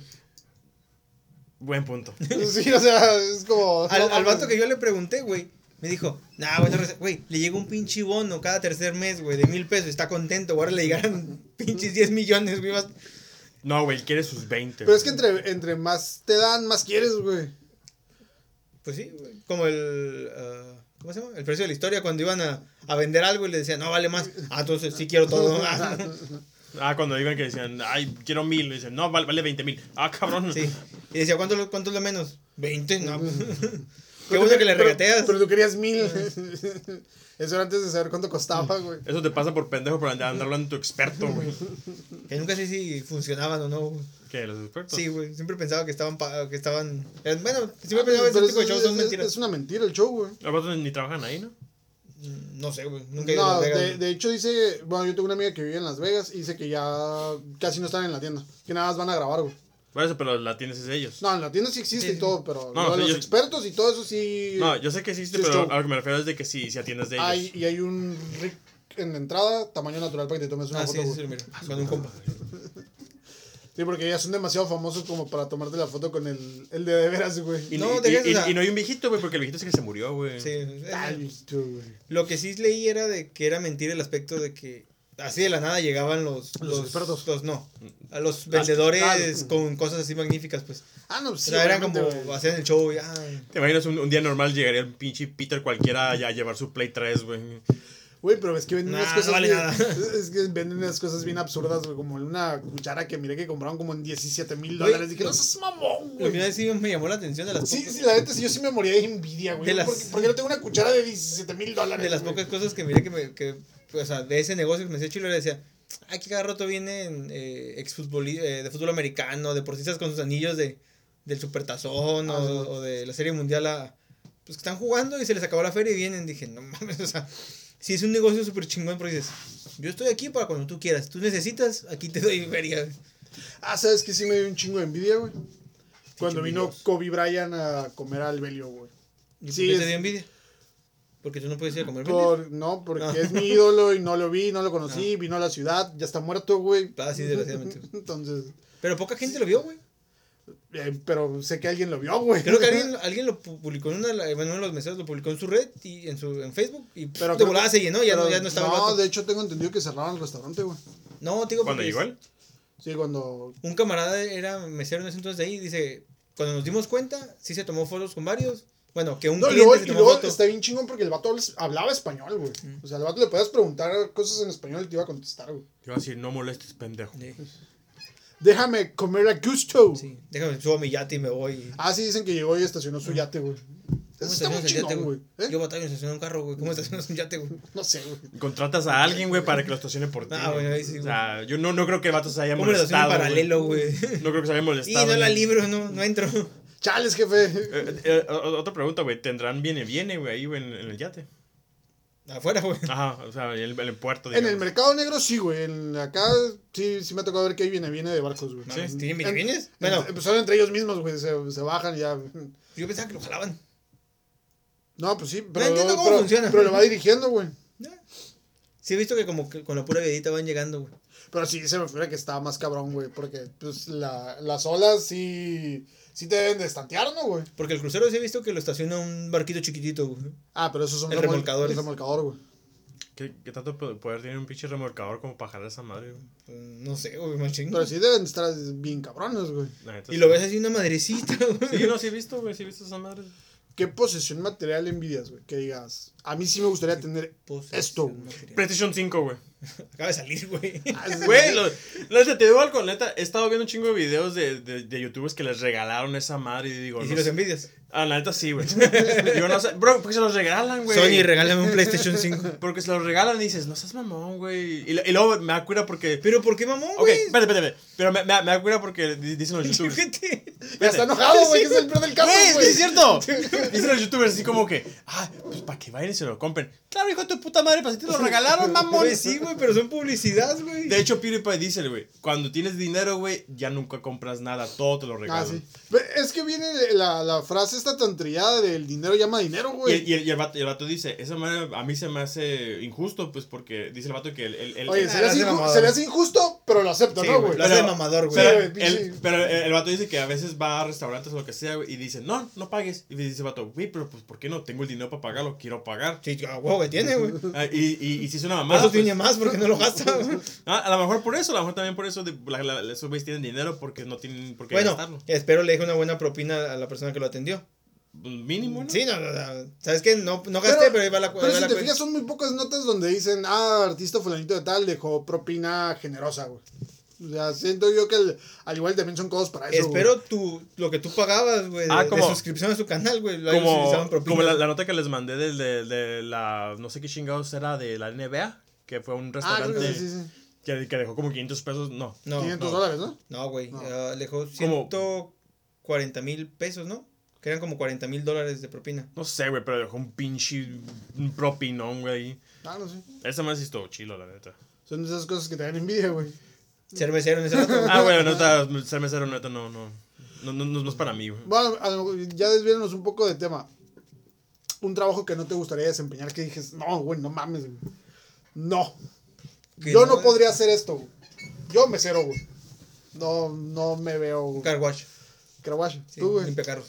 Buen punto. Sí, o sea, es como. Al, no al mames. vato que yo le pregunté, güey, me dijo, nah, güey, no rece- güey, le llegó un pinche bono cada tercer mes, güey, de mil pesos, está contento, güey, ahora le llegaron pinches 10 millones, güey, vas- No, güey, quiere sus 20. Pero es que güey. entre, entre más te dan, más quieres, güey. Pues sí, güey, como el, ah, ¿cómo se llama? El precio de la historia, cuando iban a, a vender algo y le decían, no, vale más, ah, entonces sí quiero todo. Ah, Ah, cuando iban que decían, ay, quiero mil. y Dicen, no, vale, vale 20 mil. Ah, cabrón. sí, y decía, ¿cuánto, lo- cuánto es lo menos? 20, no. pues. Qué bueno que le Pero- regateas. Pero tú querías mil. Eso era antes de saber cuánto costaba, güey. Eso te pasa por pendejo por andar andar hablando de tu experto, güey. Que nunca sé si funcionaban o no, güey. ¿Qué? ¿Los expertos? Sí, güey, siempre pensaba que estaban, pa- que estaban, eh, bueno, siempre Pero pensaba que ese es- tipo de shows es- son es- mentiras. Es una mentira el show, güey. Los vatos Ah, pues, ni trabajan ahí, ¿no? Mm, No sé, güey. Nunca he ido a No, Las Vegas. de, güey. de hecho dice, bueno, yo tengo una amiga que vive en Las Vegas y dice que ya casi no están en la tienda, que nada más van a grabar, güey. Por eso, pero la tienes es de ellos. No, en la tienda sí existe Sí, y sí. todo, pero No, lo de sí, los yo- expertos y todo eso sí. No, yo sé que existe, Sí, pero show. a lo que me refiero es de que sí, sí atiendes de ellos. hay, y hay un Rick en la entrada, tamaño natural para que te tomes una Ah, sí, foto. sí, güey. sí, mira. Con un Ah, compa. Sí, porque ya son demasiado famosos como para tomarte la foto con el, el de de veras, güey. Y, No, y- deja eso, y- o sea- y no hay un viejito, güey, porque el viejito es el que se murió, güey. Sí, es- Ay, viejito, güey. Lo que sí leí era de que era mentira el aspecto de que así de la nada llegaban los Los expertos. los- no, a los vendedores Ah, los- con cosas así magníficas, pues. Ah, no, sí. o sea, eran obviamente, como güey. hacían el show y ah, Te imaginas un, un día normal llegaría un pinche Peter cualquiera ya a llevar su Play 3, güey. Güey, pero es que venden Nah, unas no cosas. vale bien, nada. Es que venden unas cosas bien absurdas, güey. Como una cuchara que miré que compraron como en 17 mil Güey, dólares. Dije, no seas mamón, lo güey. final sí me llamó la atención de las Sí, pocas, sí, la neta, sí, yo sí me moría de envidia, güey. De las- ¿Por, qué, por qué no tengo una cuchara de 17 mil dólares? de las güey? pocas cosas que miré que me que o sea, de ese negocio que me hacía chilo le decía, aquí cada rato vienen eh, exfutboli- eh, de fútbol americano, deportistas con sus anillos de del supertazón Ah, o, sí. o de la serie mundial a- pues que están jugando y se les acabó la feria y vienen, dije, no mames, o sea, sí es un negocio súper chingón porque dices, yo estoy aquí para cuando tú quieras, tú necesitas, aquí te doy feria. Ah, ¿sabes que Sí me dio un chingo de envidia, güey. Cuando vino envidioso. Kobe Bryant a comer al Belio, güey. ¿Y Sí, por qué es- te dio envidia? Porque tú no puedes ir a comer Por... Por, no, porque No. es mi ídolo y no lo vi, no lo conocí, vino a la ciudad, ya está muerto, güey. Ah, sí, desgraciadamente. Entonces, Pero poca gente lo vio, güey. eh, pero sé que alguien lo vio, güey. Creo que alguien, alguien lo pu- publicó en una, de la- bueno, uno de los meseros lo publicó en su red y en su en Facebook y pff, Pero de creo volada que- se llenó, ya, pero no, ya no estaba el No, vato. de hecho tengo entendido que cerraron el restaurante, güey. No, te digo Cuando porque llegó él. Sí, cuando... un camarada era mesero en ese entonces de ahí dice, cuando nos dimos cuenta, sí se tomó fotos con varios. Bueno, que un No, y cliente luego, se y tomó luego foto. está bien chingón porque el vato les- hablaba español, güey. O sea, el vato le podías preguntar cosas en español y te iba a contestar, güey. Yo iba a decir, no molestes, pendejo. Sí, Déjame comer a gusto. sí. Déjame, subo mi yate y me voy. Ah, sí, dicen que llegó y estacionó su yate, güey. Eso está muy estacionas el yate, chingón, güey. ¿Eh? Yo batalla y estacioné un carro, güey. ¿Cómo estacionas un yate, güey? No sé, güey. Contratas a alguien, güey, para que lo estacione por ti. Ah, güey, ahí sí, o sea, yo no, no creo que el vato se haya ¿Cómo lo molestado. estacionas en güey. paralelo, güey? No creo que se haya Y molestado. no la güey. libro, no, no entro. Chales, jefe. Eh, eh, o- otra pregunta, güey. ¿Tendrán viene, viene, güey, ahí, güey, en, en el yate? Afuera, güey. Ajá, o sea, en el, en el puerto. En el digamos. mercado negro sí, güey. En- Acá sí, sí me ha tocado ver que ahí viene, viene de barcos, güey. Mames, Sí. ¿Tienen En- bienes? ent- Bueno, pues son entre ellos mismos, güey. Se, se bajan y ya. yo pensaba que lo jalaban. No, pues sí, pero. entiendo cómo pero- funciona. Pero lo va dirigiendo, güey. Sí, he visto que como que con la pura viadita van llegando, güey. Pero sí se me figura que está más cabrón, güey. Porque pues, la, las olas sí. Sí te deben de estantear, ¿no, güey? Porque el crucero sí he visto que lo estaciona un barquito chiquitito, güey. Ah, pero esos son El remol- remolcador. El remolcador, güey. ¿Qué, qué tanto po- poder tiene un pinche remolcador como para jalar esa madre, güey? Pues, No sé, güey, machín. Pero sí deben estar bien cabrones, güey. La neta, Y sí. lo ves así una madrecita, güey. Sí, no, sí he visto, güey, sí he visto esa madre. ¿Qué posesión material envidias, güey? Que digas, a mí sí me gustaría tener Posesión esto. güey. material. PlayStation 5, güey. Acaba de salir, güey. Ah, es- Güey, lo- la neta, te digo algo, neta, he estado viendo un chingo de videos de, de, de youtubers que les regalaron esa madre y digo, ¿Y no si los sé- envidias? Ah, la neta sí, güey. Digo, no sé, bro, porque se los regalan, güey. Sony, regálame un PlayStation 5. Porque se los regalan y dices, no seas mamón, güey. Y, lo- y luego me da cura porque... Pero ¿por qué mamón, Ok, güey? espérate, espérate, espérate. Pero me, me, me da cura porque di- dicen los youtubers. Fíjate. Ya está enojado, güey, que es el peor del caso, Güey, es que es güey. cierto. Dicen los youtubers así como que, ah, pues para que vayan y se lo compren. Claro, hijo de tu puta madre, pues si te lo regalaron, mamón. Güey, sí, güey, pero son publicidad, güey. De hecho, PewDiePie dice, güey, cuando tienes dinero, güey, ya nunca compras nada, todo te lo Ah, regalan. sí. Pero Es que viene la, la frase esta tan trillada del dinero llama dinero, Y güey. el, y, el, y el vato, y el vato dice, esa manera a mí se me hace injusto, pues porque dice el vato que el... el, el- Oye, el- se, Ah, le lo hace hace inju- mamador. se le hace injusto, pero lo acepto, Sí, ¿no, güey, güey? lo hace de mamador, güey. Pero, Sí, güey, el, pinche- pero el, el vato dice que a veces va a restaurantes o lo que sea, güey, y dice, no, no pagues. Y dice el vato, güey, pero pues ¿por qué no? Tengo el dinero para pagarlo, quiero pagar. Sí, a huevo que tiene, güey. Por Ah, y, y, y si es una mamada. eso pues, tiene más, porque no lo gasta, güey. ah, a lo mejor por eso, a lo mejor también por eso de- la- la- esos güeyes tienen dinero porque no tienen por qué Bueno, gastarlo. espero le deje una buena propina a la persona que lo atendió. Pues, Mínimo, ¿no? Sí, no, no, no. ¿Sabes qué? No, no gasté, pero, ahí va la cu- pero ahí va si la te cu- fijas, son muy pocas notas donde dicen, ah, artista fulanito de tal dejó propina generosa, güey. O sea, siento yo que el- al igual también son codos para eso. güey. Espero tu, lo que tú pagabas, güey, de- Ah, de, como- suscripción a su canal, güey. Lo hayas utilizado en Como, propina. como la, la nota que les mandé del- de, de la. No sé qué chingados era de la NBA, que fue un Ah, creo restaurante que sí, sí, sí. Que, que dejó como 500 pesos. No. No, 500 no. dólares, ¿no? No, güey. No. ah, le dejó Como- 140 mil pesos, ¿no? Que eran como 40 mil dólares de propina. No sé, güey, pero dejó un pinche un propinón, güey. ahí. Ah, no sé. Esa más sí estuvo chilo, la neta. Son de esas cosas que te dan envidia, güey. Ser mesero en ese rato. Ah, bueno, no está, ser mesero neta, no, no. No, no, no es para mí, güey. Bueno, a lo- ya desviéndonos un poco de tema. Un trabajo que no te gustaría desempeñar que dijes, no, güey, no mames, güey. No. Que Yo no no- podría hacer esto, güey. Yo mesero, güey. No, no me veo, güey. Car wash. Caraguacho, Sí, tú, güey. limpia carros.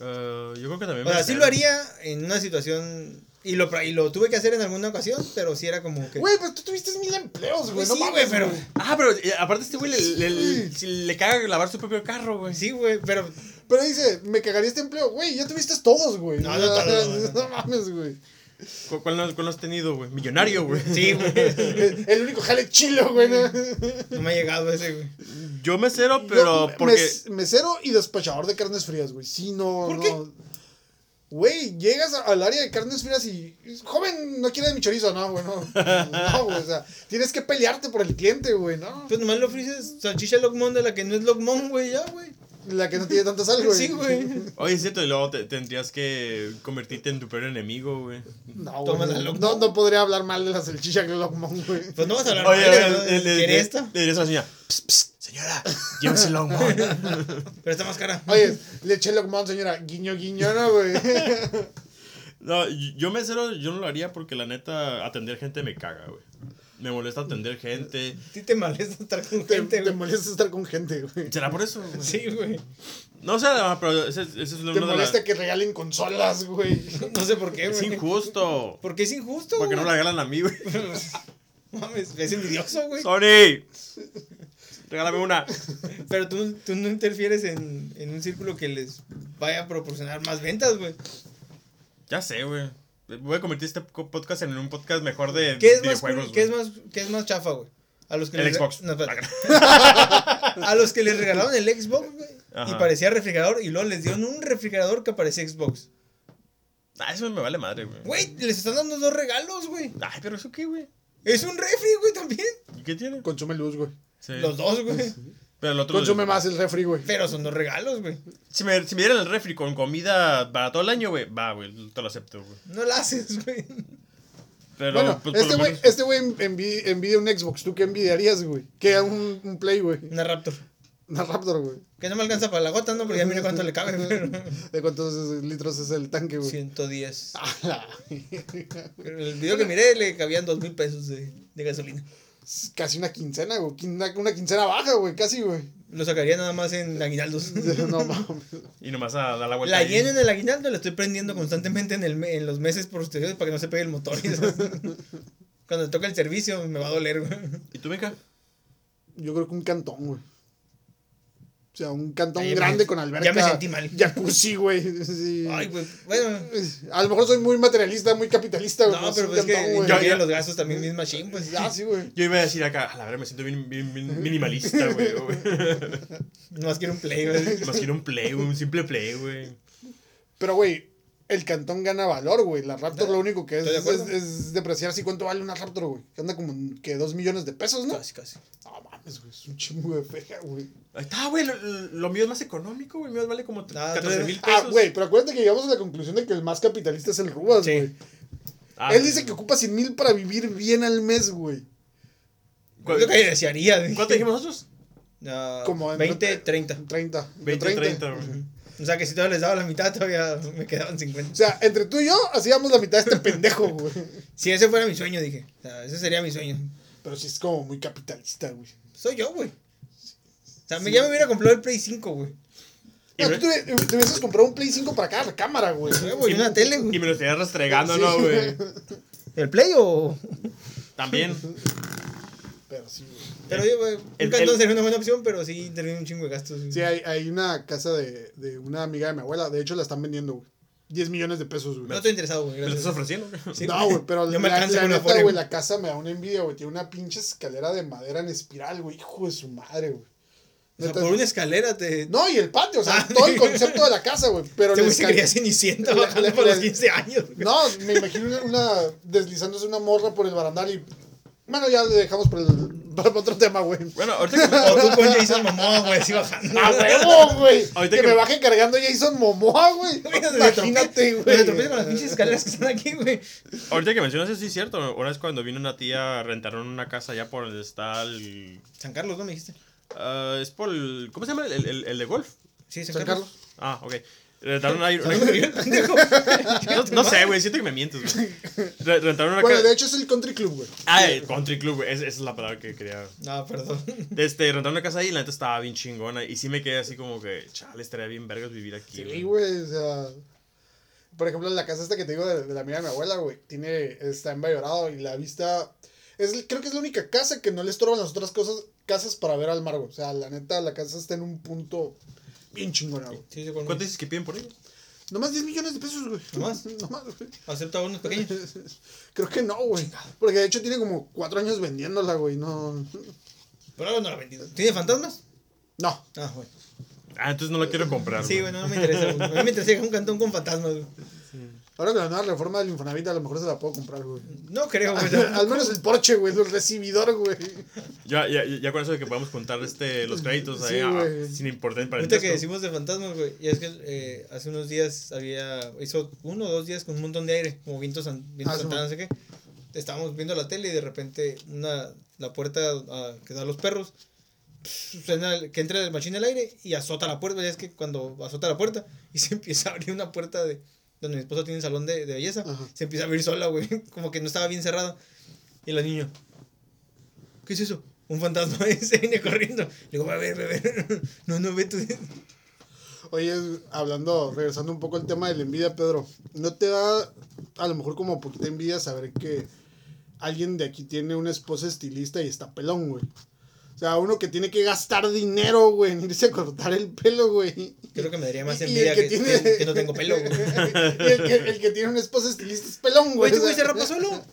Eh, yo creo que también. O sea, me- sí lo haría en una situación. Y lo, pra- y lo tuve que hacer en alguna ocasión, pero sí era como que. Güey, pero tú tuviste mil empleos, güey. Pues no sí, mames, güey, pero- güey. Ah, pero eh, aparte este güey le, le, le- si le caga lavar su propio carro, güey. Sí, güey, pero. Pero dice, me cagaría este empleo, güey. Ya tuviste todos, güey. No, no, no, no, no. No mames, güey. ¿Cu- ¿Cuál no, cuál no has tenido, güey? Millonario, güey. Sí, güey. El el único jale chilo, güey. ¿no? No me ha llegado ese, güey. Yo mesero, pero Yo, porque. mes- mesero y despachador de carnes frías, güey. Sí, no, ¿Por no. qué? Güey, llegas a- al área de carnes frías y. Joven, no quiere mi chorizo, no, güey. No, no, güey. O sea, tienes que pelearte por el cliente, güey, ¿no? Pues nomás le ofreces salchicha Locmon de la que no es Locmon, güey, ya, güey. La que no tiene tanta sal, güey. Sí, güey. Oye, es cierto, y luego te- tendrías que convertirte en tu peor enemigo, güey. No, Toma la güey. Locmon. No, no podría hablar mal de la salchicha que Locmon, güey. Pues no vas a hablar Oye, mal, le- ¿no? le- le- ¿Quiere le- esta? Le dirías a la señora, "Psst, psst, señora, llévese el hongo". Pero está más cara. Oye, le eché Locmon, señora. Guiño, guiño, ¿no, güey? No, y- yo mesero, yo no lo haría porque la neta, atender gente me caga, güey. Me molesta atender gente. Sí te molesta estar con Te, gente, te güey. molesta estar con gente, güey. ¿Será por eso? güey? Sí, güey. No, o sea, no, pero ese, ese es uno Te de la- molesta que regalen consolas, güey. No sé por qué, Es güey. injusto. Porque es injusto, Porque güey. no la regalan a mí, güey. Mames, es envidioso, güey. Sony, regálame una. Pero tú, tú no interfieres en, en un círculo que les vaya a proporcionar más ventas, güey. Ya sé, güey. Voy a convertir este co- podcast en un podcast mejor de ¿Qué es, más, videojuegos. ¿qué, es güey. más, ¿Qué es más chafa, güey? A los que El les- Xbox. No, espérate. a los que les regalaron el Xbox, güey. Y Ajá. parecía refrigerador. Y luego les dieron un refrigerador que parecía Xbox. Ah, eso me vale madre, güey. Güey, les están dando dos regalos, güey. Ay, pero eso qué, güey. Es un refri, güey, también. ¿Y qué tiene? Consume luz, güey. Sí. Los dos, güey. Pero el otro. Consume más el refri, güey. Pero son dos regalos, güey. Si me, si me dieran el refri con comida para todo el año, güey, va, güey, te lo acepto, güey. No la haces, güey. Pero, Bueno, pues, por este lo güey menos- este güey envi- envidia un Xbox. ¿Tú qué envidiarías, güey? Que un, un Play, güey. Una Raptor. Una Raptor, güey. Que no me alcanza para la gota, ¿no? Porque ya mira cuánto le cabe, güey. ¿De cuántos litros es el tanque, güey? 110. A la- El video que miré le cabían dos mil pesos de, de gasolina. Casi una quincena, güey. Quin- Una, una quincena baja, güey. Casi, güey. Lo sacaría nada más en aguinaldos. No mames. Y nomás a dar la vuelta. La ahí. lleno en el aguinaldo la estoy prendiendo constantemente en, el me- en los meses posteriores para que no se pegue el motor. y esas- Cuando toca el servicio me va a doler, güey. ¿Y tú, Mica? Yo creo que un cantón, güey. O sea, un cantón Ay, ya me- grande con alberca. ya me sentí mal. Jacuzzi, güey. Sí. Ay, güey. Bueno, A lo mejor soy muy materialista, muy capitalista, güey. no, pero pero un pues es que cantón, güey. interfiere Yo- yo- los gastos también mis machine, pues. Ah, sí, güey. Yo iba a decir acá, a la verdad me siento bien, bien- bien minimalista, güey. güey. Nomás quiero un play, güey. Nomás quiero un play, güey, un simple play, güey. Pero, güey, el cantón gana valor, güey. La Raptor lo único que es, Estoy de es, acuerdo. es depreciar si cuánto vale una Raptor, güey. Que anda como en, que dos millones de pesos, ¿no? Casi, casi. No mames, güey. Es un chingo de feria, güey. Ahí está, güey, lo, lo mío es más económico, güey. Lo mío vale como Ah, 14 mil pesos. Ah, güey, pero acuérdate que llegamos a la conclusión de que el más capitalista es el Rubas, Sí. güey. Ah, Él dice que ocupa 100 mil para vivir bien al mes, güey. ¿cu- Yo que desearía. dije. ¿Cuánto dijimos nosotros? Ah, Como en- 20, 30. 30. 20, 30, güey. O sea que si todavía les daba la mitad, todavía me quedaban O 50. sea, entre tú y yo hacíamos la mitad de este pendejo, güey. Si ese fuera mi sueño, dije. O sea, ese sería mi sueño. Pero sí es como muy capitalista, güey. Soy yo, güey. O sea, me- ya me hubiera comprado el Play 5, güey. Ah, tú te, te hubieses comprado un Play 5 para cada cámara, güey. Güey, una tele, Y güey. me lo estaría rastregando, Sí. ¿no, güey? ¿El Play o...? También. Pero sí, güey. Pero yo, güey, El- un cantón el- sería una buena opción, pero sí tendría un chingo de gastos. güey. Sí, hay, hay una casa de, de una amiga de mi abuela. De hecho, la están vendiendo, güey. 10 millones de pesos, No güey. estoy interesado, güey. ¿Me lo gracias. estás ofreciendo? güey? Sí, no, güey, pero Yo me la, alcanzo la con la neta, Afore, güey, güey. la casa me da una envidia, güey. Tiene una pinche escalera de madera en espiral, güey. Hijo de su madre, güey. O sea, Neta, por una escalera te... No, y el patio, o sea, Ah. todo el concepto de la casa, güey. Pero te la güey se escal- quería cenicienta la- bajando la- para los la- 15 años. güey. No, me imagino una, una- deslizándose una morra por el barandal y Bueno, ya le dejamos por el- para otro tema, güey. Bueno, ahorita que, O tú con Jason Momoa, güey, así bajando. ¡A huevo, güey! Ahorita Que que- me baje cargando Jason Momoa, güey. Güey, se Imagínate, tropieza- se tropieza güey. con las pinches escaleras que están aquí, güey. ahorita que mencionas eso, sí es cierto. Ahora es cuando vino una tía, rentaron una casa allá por donde está el. San Carlos, ¿no me dijiste? ah, es por el. ¿Cómo se llama? El, el- el de golf. Sí, San, San Carlos. Carlos. Ah, ok. Rentaron ahí. Pendejo. No, no sé, güey, siento que me mientes, güey. Re- Rentaron una Bueno, casa. de hecho es el country club, güey. Ah, el country club, güey. Es- Esa es la palabra que quería. No, perdón. Este, rentaron una casa ahí y la neta estaba bien chingona. Y sí me quedé así como que, chale, estaría bien vergas vivir aquí. Sí, güey, o sea. Por ejemplo, la casa esta que te digo de, de la amiga de mi abuela, güey, tiene, está en Valladolid y la vista, es, creo que es la única casa que no le estorban las otras cosas, casas para ver al mar, güey. O sea, la neta, la casa está en un punto bien chingona, güey. Sí, sí, con ¿Cuánto dices que piden por ella? Nomás 10 millones de pesos, güey. ¿Nomás? Nomás, güey. ¿Acepta unos pequeños? Creo que no, güey. Porque de hecho tiene como cuatro años vendiéndola, güey. No. Pero algo no la ha vendido. ¿Tiene fantasmas? No. Ah, bueno. Ah, entonces no la quiero comprar. Sí, güey. bueno, no me interesa. güey. A mí me interesa un cantón con fantasmas, güey. Ahora que la nueva reforma del Infonavit a lo mejor se la puedo comprar, güey. No creo, Ah, güey. Al menos el porche, güey, el recibidor, güey. Ya, ya, ya con eso de que podamos contar este, los créditos Sí, ahí, ah, güey. sin importar para Ahorita que decimos de fantasmas, güey, y es que eh, hace unos días había, hizo uno o dos días con un montón de aire, como vientos, san- vientos Ah, sí, Santana, man. no sé qué. Estábamos viendo la tele y de repente una, la puerta ah, que da a los perros, suena que entra el machín al aire y azota la puerta, ya es que cuando azota la puerta y se empieza a abrir una puerta de donde mi esposa tiene un salón de, de belleza, Ajá. se empieza a abrir sola, güey, como que no estaba bien cerrada. Y la niña, ¿qué es eso? Un fantasma y se viene corriendo. Le digo, a ver, a ver. No, no, ve tú. Oye, hablando, regresando un poco al tema de la envidia, Pedro, ¿no te da a lo mejor como poquita envidia saber que alguien de aquí tiene una esposa estilista y está pelón, güey? O sea, uno que tiene que gastar dinero, güey, en irse a cortar el pelo, güey. Creo que me daría más Y- y envidia que, el que- que no tengo pelo, güey. y el, que, el que tiene una esposa estilista es pelón, Güey, güey. este o güey sea. se rapa solo.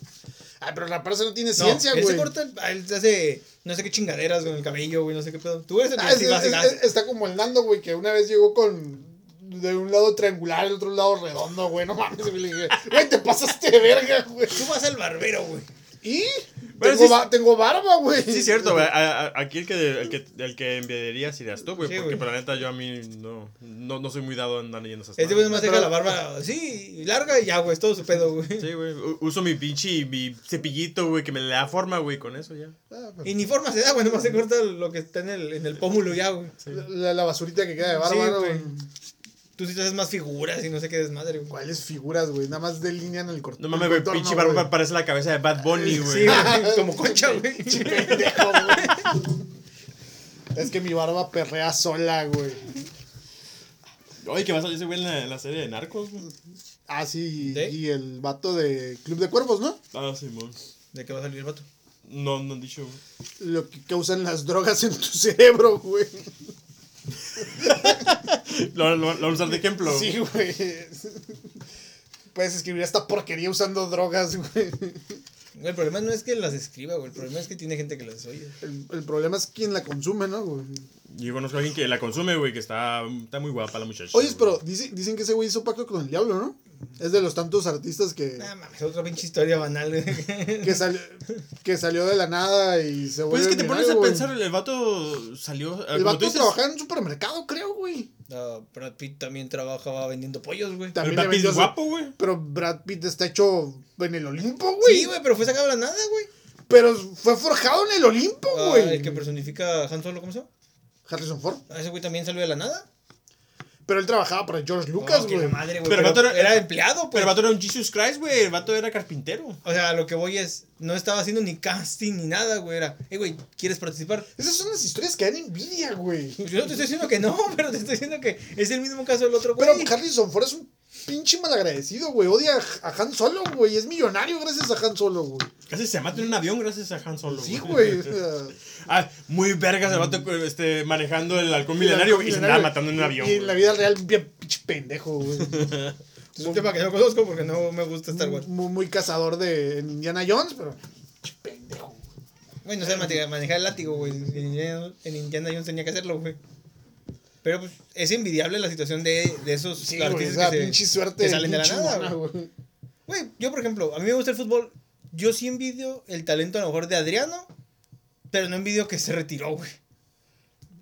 Ay, pero raparse no tiene No, ciencia, él güey. se corta, el- él se hace no sé qué chingaderas con el cabello, güey, no sé qué pedo. Tú eres el que Ah, es- sí, es- vas y es- vas. está como el Nando, güey, que una vez llegó con. De un lado triangular, el otro lado redondo, güey. No mames, güey. Le dije, güey, te pasaste de verga, güey. Tú vas al barbero, güey. ¿Y? Pero tengo, sí- ba- tengo barba, güey. Sí, es cierto, güey. A- a- Aquí el que, el que, el que envidiaría serías tú, güey. Sí, porque güey. para la neta yo a mí no, no, no soy muy dado a andar yendo esas Este güey nomás madres. Pero- deja la barba así, larga y ya, güey, es todo su pedo, güey. Sí, güey. U- Uso mi pinche mi cepillito, güey, que me le da forma, güey, con eso ya. Ah, Y ni forma se da, güey, nomás se corta lo que está en el, en el pómulo ya, güey. La, la basurita que queda de Sí, barba, ¿no, güey. güey. Tú sí te haces más figuras y no sé qué desmadre, güey. ¿Cuáles figuras, güey? Nada más delinean el corte. No mames, güey, pinche barba parece la cabeza de Bad Bunny, güey. Sí, güey, como concha, güey. Es que mi barba perrea sola, güey. Oye, ¿qué va a salir ese güey en la, en la serie de Narcos, güey? Ah, sí. ¿Sí? Y el vato de Club de Cuervos, ¿no? Ah, Simón. ¿De qué va a salir el vato? No, no han dicho, güey. Lo que causan las drogas en tu cerebro, güey. Lo, lo- lo vamos a usar de ejemplo. Sí, güey. Puedes escribir esta porquería usando drogas, güey. Güey, El problema no es que las escriba, güey. El problema es que tiene gente que las oye. El, el problema es quién la consume, ¿no, güey? Yo conozco a alguien que la consume, güey, que está, está muy guapa la muchacha. Oye, güey. pero dice- dicen que ese güey hizo pacto con el diablo, ¿no? Es de los tantos artistas que, Nah, mames, otra pinche historia banal, güey. que, sali- que salió de la nada y se Pues es que te millonario, pones a güey. pensar, el vato salió. ah, El como vato tú dices, trabajaba en un supermercado, creo, güey. No, Ah, Brad Pitt también trabajaba vendiendo pollos, güey. El También le papi vendió es su- guapo, güey. Pero Brad Pitt está hecho en el Olimpo, güey. Sí, güey, pero fue sacado de la nada, güey. Pero fue forjado en el Olimpo, Ah, güey. el que personifica a Han Solo, ¿cómo se llama? Harrison Ford. Ah, Ese güey también salió de la nada. Pero él trabajaba para George Lucas, No, que güey. la Oh, madre, güey. Pero el Pero, vato era- era empleado, pues. Pero el vato era un Jesus Christ, güey. El vato era carpintero. O sea, lo que voy es, no estaba haciendo ni casting ni nada, güey. Era, hey, güey, ¿quieres participar? Esas son las historias que dan envidia, güey. Pues yo no te estoy diciendo que no, pero te estoy diciendo que es el mismo caso del otro, güey. Pero Harrison Ford es un pinche malagradecido, güey. Odia a a Han Solo, güey. Es millonario gracias a Han Solo, güey. Casi se mata en un avión gracias a Han Solo. Sí, güey. Mm. o sea, Ah, muy vergas el vato este, manejando el halcón milenario güey, y se andaba matando en un avión. Y en la güey. vida real, bien pinche pendejo, güey. Es un tema que no conozco porque no me gusta Star Wars. muy, muy cazador de en Indiana Jones, pero. pinche pendejo, güey. Güey, no sé mate- manejar el látigo, güey. En Indiana, en Indiana Jones tenía que hacerlo, güey. Pero pues es envidiable la situación de, de esos Sí, güey. O artistas sea, que se- pinche suerte. que salen de la bien nada, chingona, güey. Güey, yo por ejemplo, a mí me gusta el fútbol Yo sí envidio el talento a lo mejor de Adriano, pero no envidio que se retiró, güey.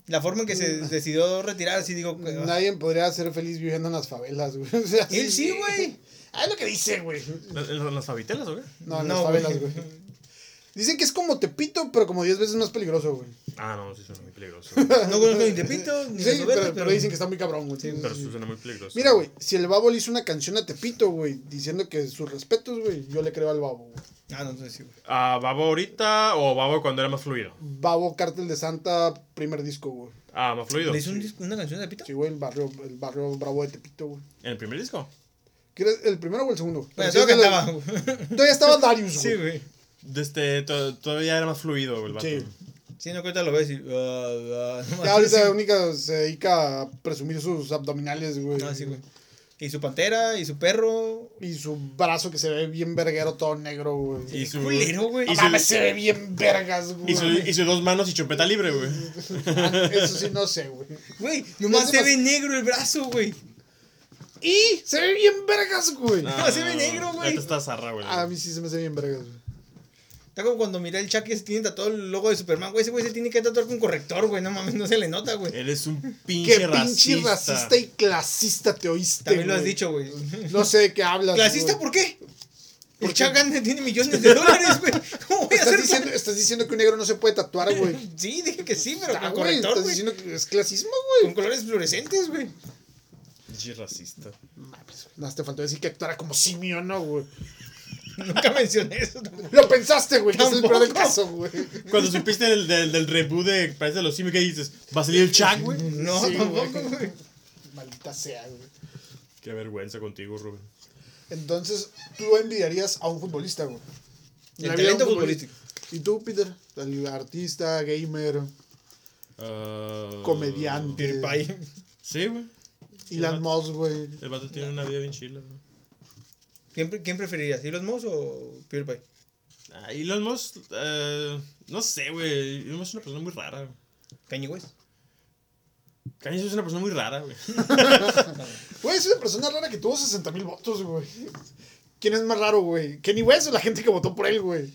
La forma en que se decidió retirar, sí digo. que, ah, Mm. Nadie podría ser feliz viviendo en las favelas, güey. O sea, Él sí, güey. Ah, es lo que dice, güey. ¿Las, las favitelas o qué? No, en No, las favelas, güey. güey. Dicen que es como Tepito, pero como 10 veces más peligroso, güey. Ah, no, sí suena muy peligroso. No conozco ni Tepito, ni Sí, Roberto, pero, pero dicen que está muy cabrón, güey. Pero sí suena muy peligroso. Mira, güey, si el Babo le hizo una canción a Tepito, güey, diciendo que sus respetos, güey, yo le creo al Babo, güey. Ah, no, entonces sí, güey. Ah, ¿Babo ahorita o Babo cuando era más fluido? Babo Cártel de Santa, primer disco, güey. Ah, más fluido. ¿Le hizo un disco- una canción de Tepito? Sí, güey, el barrio, el barrio bravo de Tepito, güey. ¿En el primer disco? ¿Quieres el primero o el segundo? Pero El solo segundo- cantaba, güey. Todavía estaba Darius, güey. Sí, güey. Desde, este, to- todavía era más fluido, güey. el vato. Sí. Sí, no, que ahorita lo ves y. ah, ah, no, Ya ahorita la única se dedica a presumir sus abdominales, güey. No, Ah, sí, güey. Y su pantera, y su perro. Y su brazo que se ve bien verguero, todo negro, güey. Y su, culero, güey. Y No su, mames, se ve bien vergas, güey. y su- y sus dos manos y chupeta libre, güey. Ah, Eso sí, no sé, güey. Güey, nomás No se se pas- ve negro el brazo, güey. Y se ve bien vergas, güey. No, se ve negro, güey. Ahorita está zarra, güey. A mí sí se me hace bien vergas, güey. Está como cuando miré el Chucky se tiene tatuado el logo de Superman, güey. Ese güey se tiene que tatuar con corrector, güey. No mames, no se le nota, güey. Eres un pinche Qué racista. pinche racista y clasista te oíste, También lo has güey. dicho, güey. No sé de qué hablas, ¿Clasista güey. por qué? El ¿Por qué? Chagan tiene millones de dólares, güey. ¿Cómo voy a Estás hacer diciendo, estás diciendo que un negro no se puede tatuar, güey. Sí, dije que sí, pero Está, con güey. corrector, Estás güey. diciendo que es clasismo, Con colores fluorescentes, güey. Pinche racista. güey. pues, No, te faltó decir que actuara como simio, ¿no, güey? Nunca mencioné eso. tampoco. Lo pensaste, güey, que es el peor del Tampoco. caso, güey. Cuando supiste del, del, del reboot de País de los Simios, ¿qué dices? ¿Va a salir el Chuck, güey? No, Sí, tampoco, güey. güey. Maldita sea, güey. Qué vergüenza contigo, Rubén. Entonces, tú envidiarías a un futbolista, güey. El La vida de un talento futbolista. futbolístico. ¿Y tú, Peter? El artista, gamer, Ah, comediante. PewDiePie. Sí, güey. Elon Musk, güey. El vato tiene una vida bien chila, güey. ¿Quién, pre- ¿Quién preferirías? ¿Elon Musk o PewDiePie? Ah, Elon Musk, eh, no sé, güey. Elon Musk es una persona muy rara. güey. Kanye West. Kanye es una persona muy rara, güey. Güey, es una persona rara que tuvo 60 mil votos, güey. ¿Quién es más raro, güey? ¿Kenny West o la gente que votó por él, güey?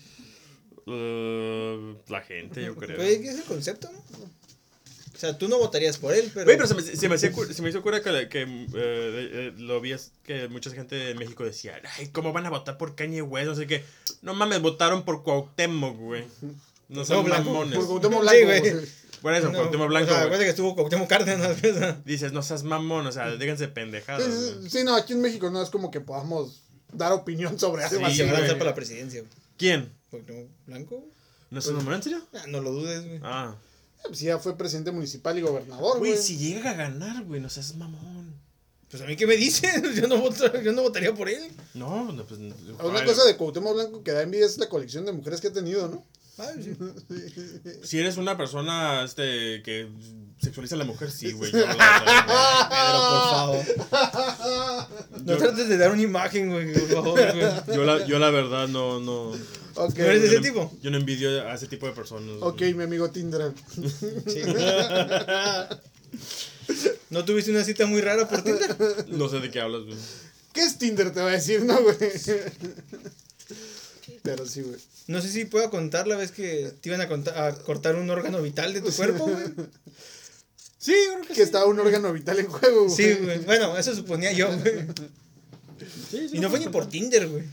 Eh, la gente, yo creo. Pero es que Pues, es el concepto, ¿no? O sea, tú no votarías por él, pero. Güey, pero se me, se me hacía cu- se me hizo cura que, la- que, eh, eh, lo vi es que mucha gente de México decía, ay, ¿cómo van a votar por Kanye West? No sé qué. No mames, votaron por Cuauhtémoc, güey. No son blanco, mamones. Por Cuauhtémoc Sí, Blanco, güey. güey. Por eso, No, Cuauhtémoc Blanco, O sea, güey. acuérdate que estuvo Cuauhtémoc Cárdenas. ¿verdad? Dices, no seas mamón, o sea, déjense pendejadas. Sí, güey. sí, no, aquí en México no es como que podamos dar opinión sobre algo Sí, Va a así, ser güey. lanzar para la presidencia, güey. ¿Quién? Cuauhtémoc Blanco. ¿No seas mamón, en serio? Ah, no lo dudes, güey. Ah. Pues ya fue presidente municipal y gobernador, Güey, güey. si llega a ganar, güey, no seas mamón. Pues a mí, ¿qué me dices? Yo no, voto- yo no votaría por él. No, no, pues. Una ay, cosa de Cuauhtémoc Blanco que da envidia es la colección de mujeres que ha tenido, ¿no? Ah, sí. Si eres una persona este, que sexualiza a la mujer, sí, güey. yo, la verdad, Pedro, por favor. No trates de dar una imagen, güey, por favor, güey. güey. Yo la, yo la verdad no, no. Ok, ¿No eres de yo ese no- tipo? Yo no envidio a ese tipo de personas. ok, mi amigo Tinder. ¿No tuviste una cita muy rara por Tinder? No sé de qué hablas, güey. ¿Qué es Tinder? Te va a decir, ¿no, güey? Pero sí, güey. No sé si puedo contar la vez que te iban a, conta- a cortar un órgano vital de tu cuerpo, güey. Sí, creo Que estaba un órgano vital en juego, güey. Sí, güey. Bueno, eso suponía yo, güey. sí, sí, Y no fue ni por Tinder, güey.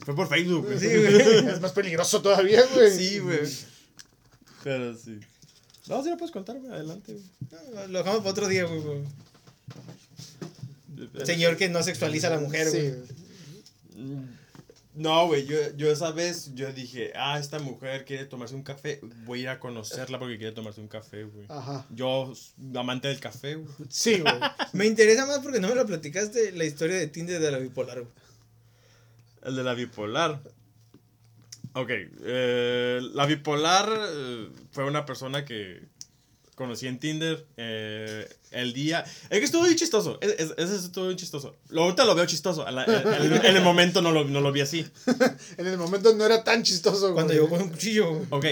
Fue por Facebook, güey. Sí, güey. Es más peligroso todavía, güey. Sí, güey. Pero sí. No, si lo puedes contar, güey. Adelante, güey. No, Lo dejamos para otro día, güey. güey. Señor que no sexualiza a la mujer, Sí, güey. güey. No, güey, yo, yo esa vez yo dije, ah, esta mujer quiere tomarse un café, voy a ir a conocerla porque quiere tomarse un café, güey. Ajá. Yo, amante del café, güey. Sí, güey. Me interesa más porque no me lo platicaste la historia de Tinder de la bipolar, güey. El de la bipolar. Ok, eh, la bipolar eh, fue una persona que conocí en Tinder eh, el día... Es que estuvo bien chistoso, es- es- ese estuvo bien chistoso. Lo, ahorita lo veo chistoso, a la- en, en el momento no lo, no lo vi así. En el momento no era tan chistoso, güey. Cuando llegó con un cuchillo, güey. Ok,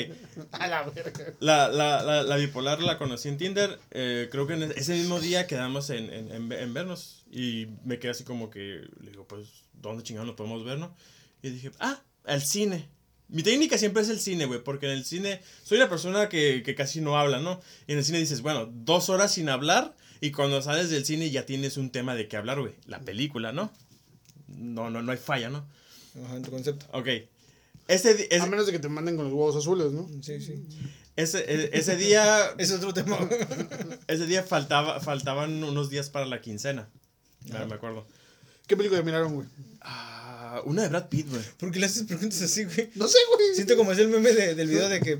A la verga. la, la, la, la bipolar la conocí en Tinder, eh, creo que en ese mismo día quedamos en, en, en- en vernos y me quedé así como que, le digo, pues, ¿dónde chingados nos podemos ver, no? Y dije, ah, al cine. Mi técnica siempre es el cine, güey, porque en el cine soy una persona que, que casi no habla, ¿no? Y en el cine dices, bueno, dos horas sin hablar y cuando sales del cine ya tienes un tema de qué hablar, güey. La película, ¿no? No, no, no hay falla, ¿no? Ajá, en tu concepto. Ok. Ese, di- A ese, menos de que te manden con los huevos azules, ¿no? Sí, sí. ese- e- ese día, Es otro tema. ese día faltaba, faltaban unos días para la quincena. Claro, me acuerdo. ¿Qué película miraron, güey? Ah, una de Brad Pitt, güey. ¿Por qué le haces preguntas así, güey? No sé, güey. Siento como es el meme de- del video de que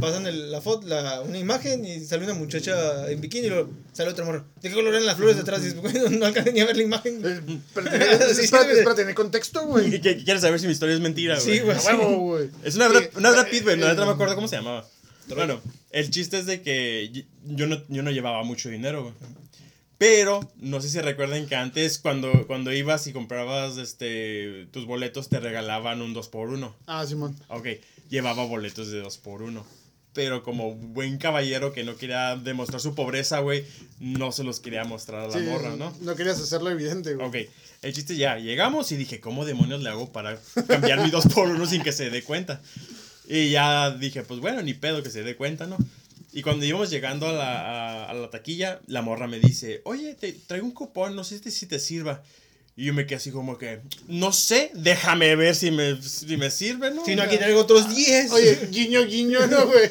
pasan el- la foto, la, una imagen y sale una muchacha en bikini y luego sale otra morra. ¿De qué color eran las flores de atrás? Y dices, güey, no alcancé ni a ver la imagen. güey. Eh, Espérate, Sí, espérate, güey. espérate, en el contexto, ¿Qué- güey. qué- ¿Quieres saber si mi historia es mentira, güey? Sí, güey. A huevo, güey. Es una Brad, Sí, una Brad eh, Pitt, güey. No, eh, ahorita no me acuerdo cómo se llamaba. Bueno, el chiste es de que y- yo no, yo no llevaba mucho dinero, güey. Pero, no sé si recuerden que antes, cuando, cuando ibas y comprabas este, tus boletos, te regalaban un 2x1. Ah, Simón. Ok, llevaba boletos de 2x1. Pero como buen caballero que no quería demostrar su pobreza, güey, no se los quería mostrar a la Sí, morra, ¿no? No querías hacerlo evidente, güey. Ok, el chiste ya, llegamos y dije, ¿cómo demonios le hago para cambiar mi 2 por 1 sin que se dé cuenta? Y ya dije, pues bueno, ni pedo que se dé cuenta, ¿no? Y cuando íbamos llegando a la, a- a la taquilla, la morra me dice, oye, te traigo un cupón, no sé si te sirva. Y yo me quedé así como que, no sé, déjame ver si me, si me sirve, ¿no? Si no, O sea, aquí traigo otros 10. Oye, guiño, guiño, ¿no, güey?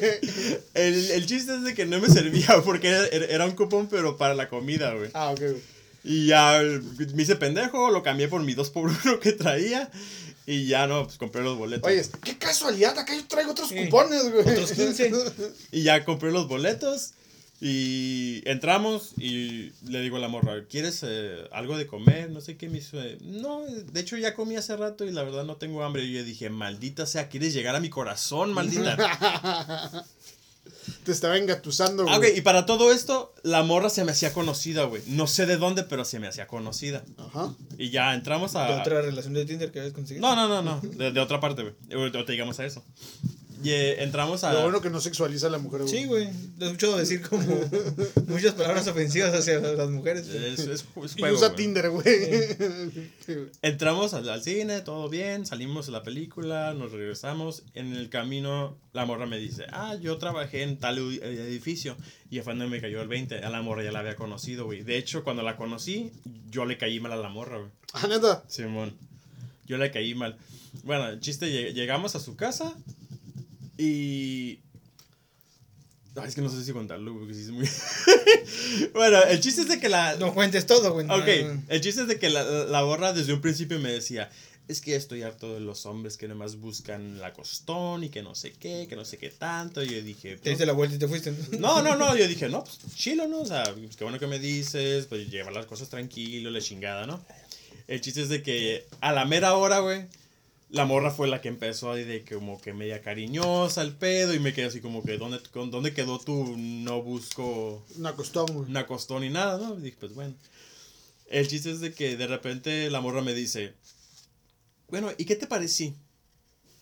el, el chiste es de que no me servía porque era, era- era un cupón, pero para la comida, güey. Ah, ok, güey. Y ya el- me hice pendejo, lo cambié por mi 2 por 1 que traía. Y ya no, pues compré los boletos. Oye, qué casualidad, acá yo traigo otros Sí. cupones, güey. Otros 15. Y ya compré los boletos. Y entramos y le digo a la morra, ¿quieres eh, algo de comer? No sé qué me hizo. eh, No, de hecho ya comí hace rato y la verdad no tengo hambre. Y yo dije, maldita sea, ¿quieres llegar a mi corazón, maldita? Te estaba engatusando, güey. Ah, ok, y para todo esto, la morra se me hacía conocida, güey. No sé de dónde, pero se me hacía conocida. Ajá. Y ya entramos a... De otra relación de Tinder que habías conseguido. No, no, no, no. De, de otra parte, güey. Ahorita ahorita llegamos a eso. Y eh, entramos a. Lo bueno que no sexualiza a la mujer, güey. Sí, güey. Lo he escuchado decir como muchas palabras ofensivas hacia las mujeres. güey. es, es ju- es Y juego, usa güey. Tinder, güey. Sí, güey. Entramos al, al cine, todo bien. Salimos de la película, nos regresamos. En el camino, la morra me dice: Ah, yo trabajé en tal u- edificio. Y a cuando me cayó el 20. A la morra ya la había conocido, güey. De hecho, cuando la conocí, yo le caí mal a la morra, güey. Ah, neta. Simón. Yo le caí mal. Bueno, el chiste, lle- llegamos a su casa y... Ay, es que no sé si contarlo, porque sí es muy... bueno, el chiste es de que la... No cuentes todo, güey. no, Ok, no, no. el chiste es de que la, la borra desde un principio me decía, es que estoy harto de los hombres que nomás buscan la costón y que no sé qué, que no sé qué tanto. Y yo dije... Te diste la vuelta y te fuiste. ¿no? No, no, no, yo dije, no, pues chilo, ¿no? O sea, pues, qué bueno que me dices, pues llevar las cosas tranquilo, la chingada, ¿no? El chiste es de que a la mera hora, güey, la morra fue la que empezó ahí de que como que media cariñosa el pedo y me quedé así como que, ¿dónde, con- ¿dónde quedó tu no busco Una costón, güey. una costón ni nada, ¿no? Y dije, pues bueno. El chiste es de que de repente la morra me dice, bueno, ¿y qué te parecí?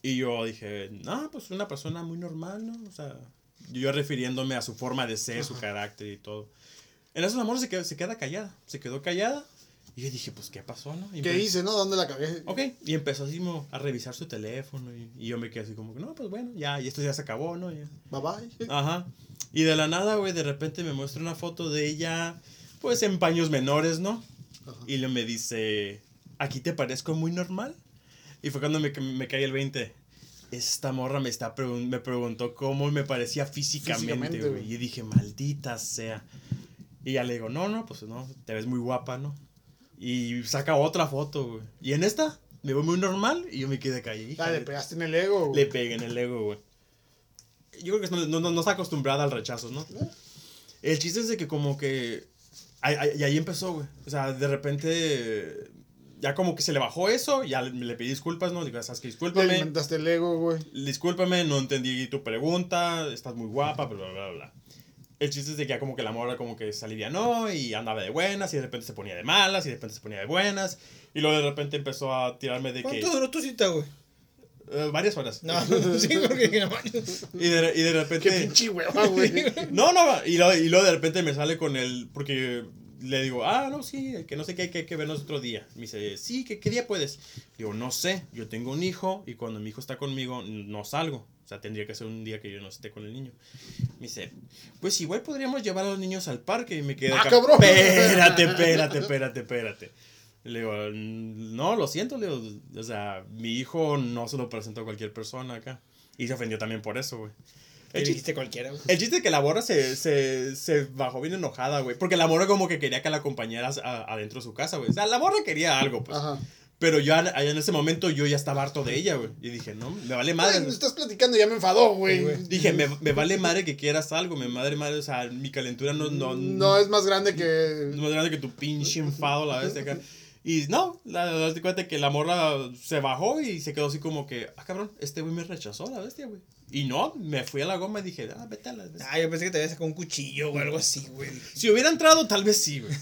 Y yo dije, no, pues una persona muy normal, ¿no? O sea, yo refiriéndome a su forma de ser, su carácter y todo. En eso la morra se, quedó- se queda callada, se quedó callada. Y yo dije, pues, ¿qué pasó, no? Y ¿Qué empe- hice, no? ¿Dónde la cagué? Ok, y empezó así como a revisar su teléfono y, y yo me quedé así como, no, pues bueno, ya, y esto ya se acabó, ¿no? Ya. Bye bye. Ajá. Y de la nada, güey, de repente me muestra una foto de ella, pues en paños menores, ¿no? Ajá. Y le me dice, ¿aquí te parezco muy normal? Y fue cuando me, me caí el 20. Esta morra me, está pregun- me preguntó cómo me parecía físicamente, Físicamente, güey. güey. Y dije, maldita sea. Y ya le digo, no, no, pues no, te ves muy guapa, ¿no? Y saca otra foto, güey. Y en esta, me veo muy normal y yo me quedé callado. Ah, le pegaste en el ego, Le güey. pegué en el ego, güey. Yo creo que no, no, no está acostumbrada al rechazo, ¿no? El chiste es de que como que... ahí- ahí- Y ahí empezó, güey. O sea, de repente... Ya como que se le bajó eso, ya le, le pedí disculpas, ¿no? Digo, sabes que Le discúlpame, alimentaste el ego, güey. discúlpame, no entendí tu pregunta, estás muy guapa, bla, bla, bla, bla. El chiste es de que ya como que la morra como que se alivianó y andaba de buenas y de repente se ponía de malas y de repente se ponía de buenas y luego de repente empezó a tirarme de que... ¿Cuánto duró tu cita, güey? eh, varias horas. No, sí, porque dije, no manches. Y, de, y Qué de repente... pinche hueva, güey. No, no, y luego, y luego de repente me sale con el. Porque le digo, ah, no, sí, que no sé qué, que hay que vernos otro día. Me dice, sí, ¿qué, qué día puedes? Digo, no sé, yo tengo un hijo y cuando mi hijo está conmigo no salgo. O sea, tendría que ser un día que yo no esté con el niño. Me dice, pues igual podríamos llevar a los niños al parque y me quedé. ¡Ah, acá, cabrón! Espérate, espérate, espérate, espérate. Le digo, "Mm, no, lo siento, le digo, o sea, mi hijo no se lo presentó a cualquier persona acá. Y se ofendió también por eso, güey. Le El chiste- dijiste cualquiera, güey. el chiste es que la morra se, se, se bajó bien enojada, güey. Porque la morra como que quería que la acompañaras a- adentro de su casa, güey. O sea, la morra quería algo, pues. Ajá. Pero yo en- en ese momento yo ya estaba harto de ella, güey. Y dije, no, me vale madre. Güey, me estás platicando, ya me enfadó, Sí, güey. güey. Dije, me, me vale madre que quieras algo, me madre madre, o sea, mi calentura no, no, No es más grande es que. más grande que tu pinche enfado la vez acá. Y no, la la- te cuenta que la morra se bajó y se quedó así como que, ah, cabrón, este güey me rechazó la bestia, güey. Y no, me fui a la goma y dije, ah, vete a la bestia. Ah, yo pensé que te había sacado un cuchillo o algo así, güey. Si hubiera entrado, tal vez sí, güey.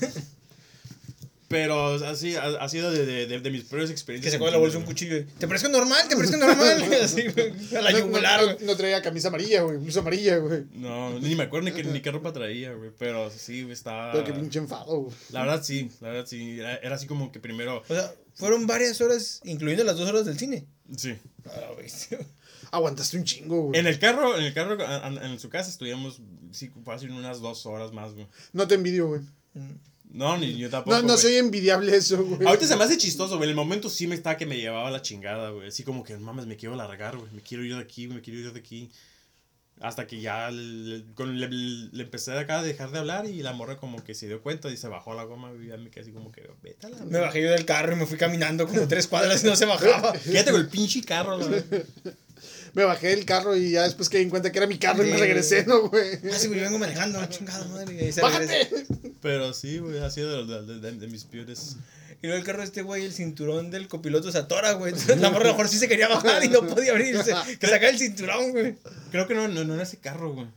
Pero así ha, ha sido de, de, de- de mis peores Que experiencias. sacó de la en bolsa un Tinder, cuchillo. y, Te parece normal, te parece normal. Así, güey, a la no, no- yugular, no- güey. no traía camisa amarilla, güey. Blusa amarilla, güey. güey. No, ni me acuerdo ni qué, ni qué ropa traía, güey. Pero sí, güey, estaba. Pero qué pinche enfado, güey. La verdad sí, la verdad sí. Era, era así como que primero. O sea, fueron varias horas, incluyendo las dos horas del cine. Sí. Ah, güey. Aguantaste un chingo, güey. En el carro, en el carro, a- a- en su casa estuvimos, sí, fácil unas dos horas más, güey. No te envidio, güey. No, ni yo tampoco. No, no güey. soy envidiable eso, güey. Ahorita se me hace chistoso, güey. En el momento sí me estaba que me llevaba la chingada, güey. Así como que, mames, me quiero largar, güey. Me quiero ir de aquí, me quiero ir de aquí. Hasta que ya le, con- le- le empecé acá a dejar de hablar y la morra como que se dio cuenta y se bajó la goma. Y ya me quedé así como que, vete a la Me bajé yo del carro y me fui caminando como tres cuadras y no se bajaba. Quédate con el pinche carro, la verdad. Me bajé del carro y ya después que di en cuenta que era mi carro y me regresé, ¿no, güey? Ah, sí, güey, yo vengo manejando, chingada madre. Y ahí se regresa. ¡Bájate! Pero sí, güey, ha sido de, de- de- de mis peores. Y luego el carro de este güey, el cinturón del copiloto se atora, güey. Entonces la morra a lo mejor sí se quería bajar y no podía abrirse. Que saca el cinturón, güey. Creo que no, no, no era ese carro, güey.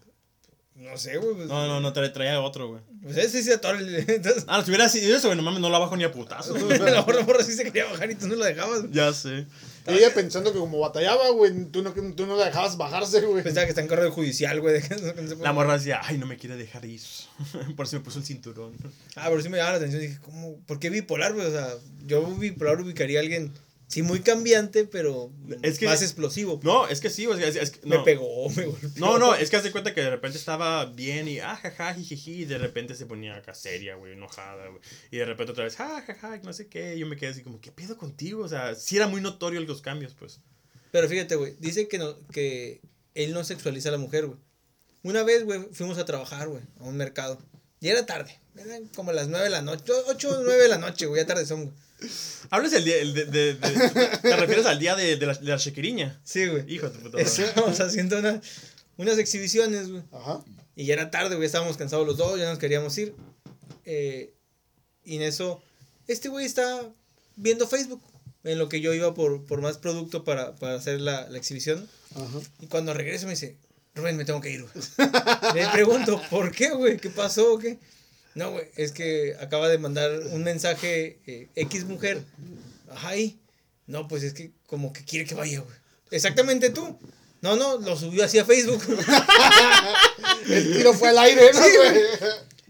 No sé, güey. Pues, No, no, no, tra- traía otro, güey. pues ese sí se atora. el- Entonces, Ah, si hubiera sido eso, güey, no mames, no la bajo ni a putazo. a lo mejor la morra sí se quería bajar y tú no la dejabas. Ya sé. Y ella pensando que como batallaba, güey, tú no, tú no la dejabas bajarse, güey. Pues, Pensaba que está en cargo judicial, güey. de que no- que no se puede- La morra decía, ay, no me quiere dejar ir. Por eso me puso el cinturón. Ah, pero sí me llamaba la atención. Dije, ¿cómo? ¿Por qué bipolar, güey? O sea, yo bipolar ubicaría a alguien, sí, muy cambiante, pero Es que- más explosivo. No, es que sí, o sea, es, es que. No. Me pegó, me golpeó. No, no, es que hace cuenta que de repente estaba bien y ah, jaja, jijiji, y de repente se ponía acá seria, güey, enojada, güey. Y de repente otra vez, ah, jaja, no sé qué. Yo me quedé así como, ¿qué pedo contigo? O sea, sí era muy notorio los cambios, pues. Pero fíjate, güey, dice que, no, que él no sexualiza a la mujer, güey. Una vez, güey, fuimos a trabajar, güey, a un mercado. Y era tarde, eran como las 9 de la noche, 8 o 9 de la noche, güey, ya tarde son, güey. Hablas el día, el de, de- de- te refieres al día de, de la, de la shakiriña. Sí, güey. Hijo de tu puta madre. Estábamos haciendo una- unas exhibiciones, güey. Ajá. Y ya era tarde, güey, estábamos cansados los dos, ya nos queríamos ir. Eh, y en eso, este güey está viendo Facebook, en lo que yo iba por, por más producto para, para hacer la, la exhibición. Ajá. Y cuando regreso me dice, Rubén, me tengo que ir, güey. Le pregunto, ¿por qué, güey? ¿Qué pasó o qué? No, güey, es que acaba de mandar un mensaje eh, X mujer. Ajá, y no, pues es que como que quiere que vaya, güey. Exactamente tú. No, no, lo subió así a Facebook. El tiro fue al aire, ¿no, güey?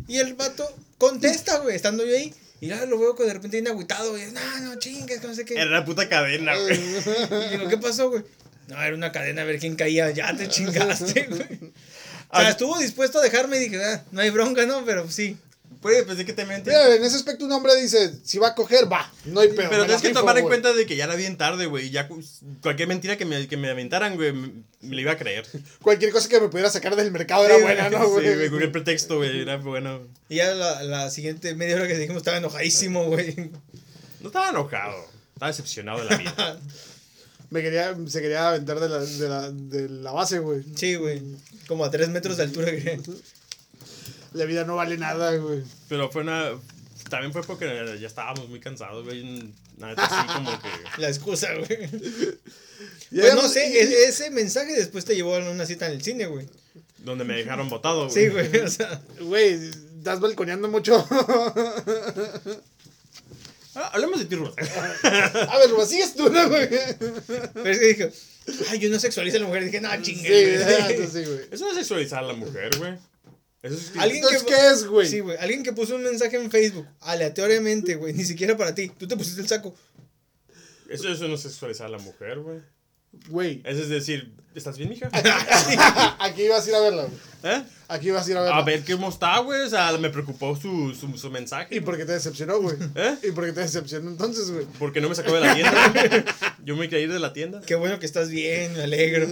Y el vato contesta, güey, estando yo ahí. Y ya lo veo que de repente viene agüitado, güey. No, no, chingas, que no sé qué. Era la puta cadena, güey. Y digo, ¿qué pasó, güey? No, era una cadena a ver quién caía. Ya te chingaste, güey. O sea, Ah, estuvo dispuesto a dejarme y dije, ah, no hay bronca, ¿no? Pero sí. Pues pensé que también te Mira, en ese aspecto un hombre dice, si va a coger, va, no hay pedo. Pero me tienes la que rifo, tomar en güey. cuenta de que ya era bien tarde, güey. y Ya cu- cualquier mentira que me, que me aventaran, güey, me, me la iba a creer. Cualquier cosa que me pudiera sacar del mercado Sí, era buena, ¿no, Sí, güey, cualquier güey? pretexto, güey, era bueno. Y ya la, la siguiente media hora que dijimos estaba enojadísimo, güey. No estaba enojado, estaba decepcionado de la vida. Me quería, se quería aventar de la, de la, de la base, güey. Sí, güey. Como a tres metros de altura. güey. La vida no vale nada, güey. Pero fue una... También fue porque ya estábamos muy cansados, güey. La neta, así como que... La excusa, güey. Y Pues no además- sé, y- e- ese mensaje después te llevó a una cita en el cine, güey. Donde me dejaron botado, Sí, güey, o sea. Güey, estás balconeando mucho. Ah, hablemos de ti, Rubén. A ver, lo sigues tú, ¿no, güey? Pero es que dije, ay, yo no sexualizo a la mujer. Dije, no, Sí, chingue. güey". ah, tú sí, güey. Eso no es sexualizar a la mujer, güey. Eso sí. Alguien Entonces, que- ¿qué es, güey? Sí, güey. Alguien que puso un mensaje en Facebook, aleatoriamente, güey. Ni siquiera para ti. Tú te pusiste el saco. Eso, eso no es sexualizar a la mujer, güey. Güey, Eso es decir, ¿estás bien, mija? aquí vas a ir a verla, güey. ¿Eh? Aquí vas a ir a verla. A ver cómo está, güey. O sea, me preocupó su, su, su mensaje. ¿Y por qué te decepcionó, güey? ¿Eh? ¿Y por qué te decepcionó entonces, güey? Porque no me sacó de la tienda. Yo me quería ir de la tienda. Qué bueno que estás bien, me alegro.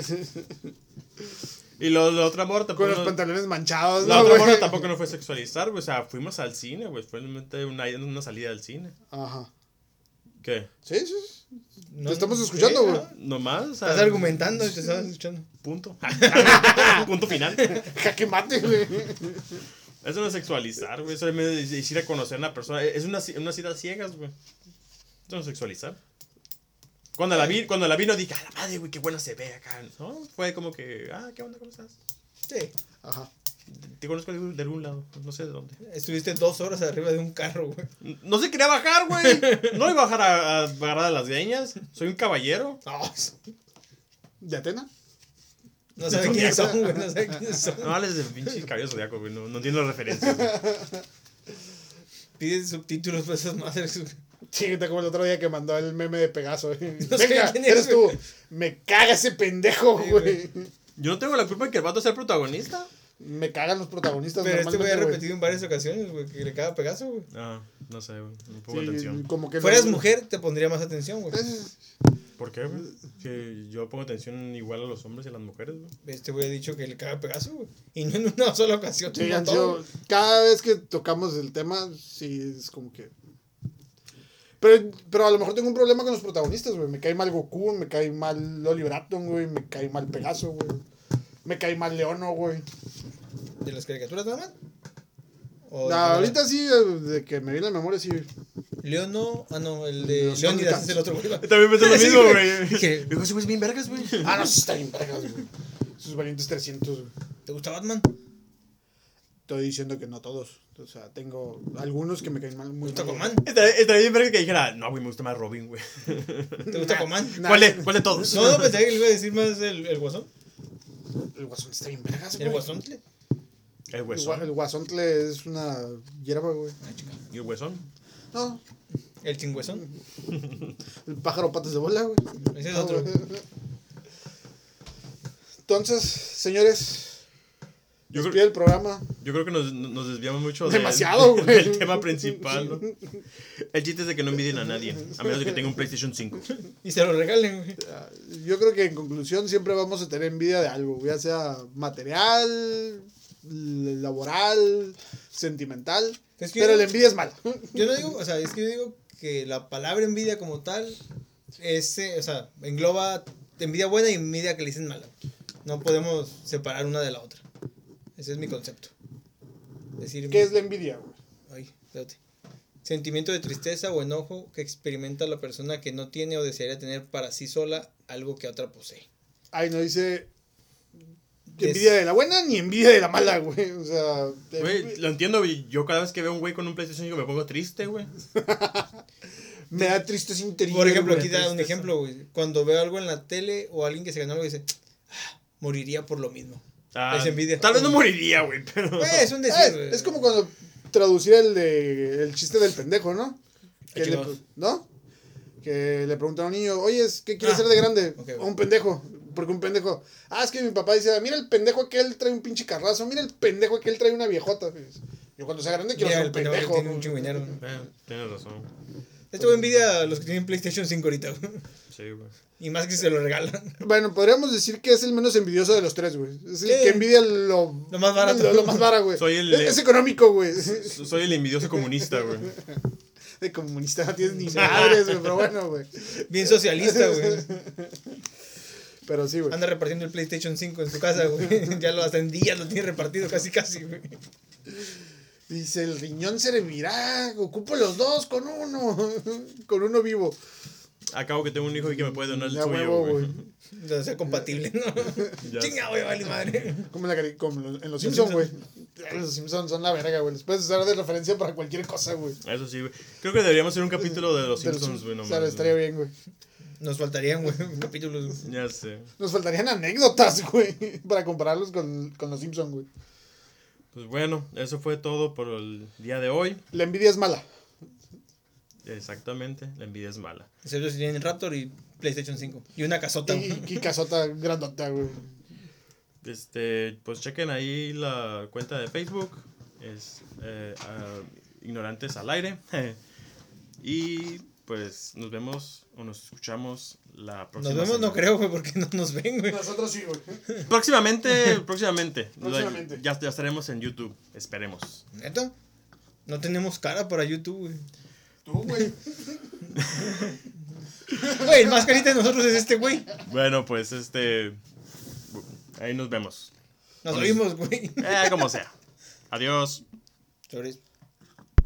Y lo, la otra morra tampoco. Con los no- pantalones manchados, la ¿no, otra güey? morra tampoco no fue sexualizar, güey. O sea, fuimos al cine, güey. Fue realmente una, una salida al cine. Ajá. ¿Qué? Ah, Sí, sí, sí. No, Te estamos no escuchando, sé, güey. ¿no? Nomás. o sea, Estás argumentando y te estás escuchando. Punto. punto final. Jaque mate, güey. Eso no es sexualizar, güey. Eso es medio de- de ir a conocer a una persona. Es una, ci- una cita ciegas, güey. Eso no es sexualizar. Cuando la vi, cuando la vi no dije, a la madre, güey, qué buena se ve acá. No, fue como que, ah, ¿qué onda? ¿Cómo estás? Sí. Ajá. Te, te conozco de, de algún lado, no sé de dónde. Estuviste dos horas arriba de un carro, güey. N- No se quería bajar, güey. No iba a bajar a, a agarrar a las greñas. Soy un caballero. No, ¿De Atena? no sabe quiénes son, güey. No sabe quiénes son. No hables de pinche cabello zodiaco, güey. No, no entiendo las referencias. güey. Pide subtítulos para esas madres. güey. Sí, te como el otro día que mandó el meme de Pegaso, güey. No sé Venga, quién es, eres tú. güey. Me caga ese pendejo, Sí, güey. Yo no tengo la culpa de que el vato sea el protagonista. Me cagan los protagonistas Pero este güey ha normalmente, güey. repetido en varias ocasiones, güey, que le caga a Pegaso, güey. Ah, no sé, güey. No pongo Sí, atención. como que Fueras no- mujer, te pondría más atención, güey. ¿Por qué, güey? Que yo pongo atención igual a los hombres y a las mujeres, güey. Este güey ha dicho que le caga a Pegaso, güey. Y no en una sola ocasión. Sí, sino han todo, sido- güey. cada vez que tocamos el tema, sí, es como que... Pero, pero a lo mejor tengo un problema con los protagonistas, güey. Me cae mal Goku, me cae mal Oliver Atom, güey. Me cae mal Pegaso, güey. Me cae mal Leono, güey. ¿De las caricaturas nada más? ¿O de general? Nah, ahorita sí, eh, de que me vi la memoria, sí. León no. Ah, no, el de Los Leónidas Thundercats. es el otro, güey. También pensé lo Sí, mismo, güey. güey. Dije, Dijo, ese güey es bien vergas, güey. Ah, no, sí está bien, vergas, güey. Sus valientes 300, güey. ¿Te gusta Batman? Estoy diciendo que no todos. O sea, tengo algunos que me caen mal. ¿Te Muy gusta mal, güey. Aquaman? Está, está bien vergas que dijera, no, güey, me gusta más Robin, güey. ¿Te gusta Aquaman? Nah, ¿Cuál, de, ¿Cuál de todos? No, no, pensé que le iba a decir más el, el Guasón. El guasón está bien, vergas, güey. El Guasón. El El gua- huesón. el guasontle es una hierba, güey. ¿Y el huesón? No, Ah, El chingüesón. El pájaro patas de bola, güey. Ese es otro. Entonces, señores, Yo despide creo, el programa. yo creo que nos, nos desviamos mucho Demasiado, del, güey. del tema principal. ¿no? El chiste es de que no envidien a nadie, a menos de que tenga un PlayStation 5. Y se lo regalen, güey. Ah, Yo creo que en conclusión siempre vamos a tener envidia de algo, ya sea material, l- laboral, sentimental. Es que- pero la envidia es mala. Yo no digo, o sea, es que yo digo que la palabra envidia como tal, es, eh, o sea, engloba envidia buena y envidia que le dicen mala. No podemos separar una de la otra. Ese es mi concepto. Decir, ¿Qué es la envidia, güey? Ay, espérate. Sentimiento de tristeza o enojo que experimenta la persona que no tiene o desearía tener para sí sola algo que otra posee. Ay, no dice Des- envidia de la buena ni envidia de la mala, güey. O sea, Güey, lo entiendo, güey. Yo cada vez que veo a un güey con un PlayStation 5 me pongo triste, güey. me da tristeza interior. Por ejemplo, güey. aquí da un tristeza. ejemplo, güey. Cuando veo algo en la tele o alguien que se ganó algo, dice, "Ah, moriría por lo mismo. Ah, Es envidia. Tal vez no moriría, güey, pero... Eh, es un decir. Eh, güey. es como cuando traducir el de el chiste del pendejo, ¿no? Que Aquí le, no. pre- ¿No? Que le preguntan a un niño, oye, ¿qué quieres Ah, ser de grande? ok. O un pendejo. Porque un pendejo. Ah, es que mi papá dice, mira el pendejo aquel trae un pinche carrazo, mira el pendejo aquel trae una viejota. Yo cuando sea grande quiero Mira, ser el un pendejo que pendejo. tiene un chingo de dinero, ¿no? Eh, tienes razón. Esto envidia a los que tienen PlayStation 5 ahorita, güey. Sí, güey. Y más que se lo regalan. Bueno, podríamos decir que es el menos envidioso de los tres, güey. Es Sí. el que envidia lo, Lo más barato. Lo, lo más barato, güey. Soy el- es, es económico, güey. Soy el envidioso comunista, güey. De comunista no tienes ni madres, güey. Pero bueno, güey. Bien socialista, güey. Pero sí, güey. Anda repartiendo el PlayStation 5 en su casa, güey. Ya lo hasta en días lo tiene repartido casi, casi, güey. Dice, el riñón servirá, ocupo los dos con uno, con uno vivo. Acabo que tengo un hijo y que me puede donar el Ya suyo, huevo, güey. güey. O sea, sea compatible, ¿no? Ya Chinga, güey, vale madre. Como, en la cari- como en los- en los Simpsons, güey. Los Simpsons son la verga, güey. Los puedes usar de referencia para cualquier cosa, güey. Eso sí, güey. Creo que deberíamos hacer un capítulo de los De los Simpsons, güey, o nomás. sea, estaría güey. bien, güey. Nos faltarían, güey, capítulos. güey. Ya sé. Nos faltarían anécdotas, güey, para compararlos con, con los Simpsons, güey. Pues bueno, eso fue todo por el día de hoy. La envidia es mala. Exactamente, la envidia es mala. Excepto si tienen Raptor y PlayStation 5. Y una casota. güey. Y, y casota grandota, güey. Este, pues chequen ahí la cuenta de Facebook. Es eh, ah, Ignorantes al Aire. y pues nos vemos o nos escuchamos la próxima Nos vemos, no semana. creo, güey, porque no nos ven, güey. Nosotros sí, güey. Próximamente, próximamente. Próximamente. Ya, ya estaremos en YouTube, esperemos. ¿Neta? No tenemos cara para YouTube, güey. Tú, güey. Güey, el más carita de nosotros es este, güey. Bueno, pues este. Ahí nos vemos. Nos oímos, güey. Eh, como sea. Adiós. Sobres.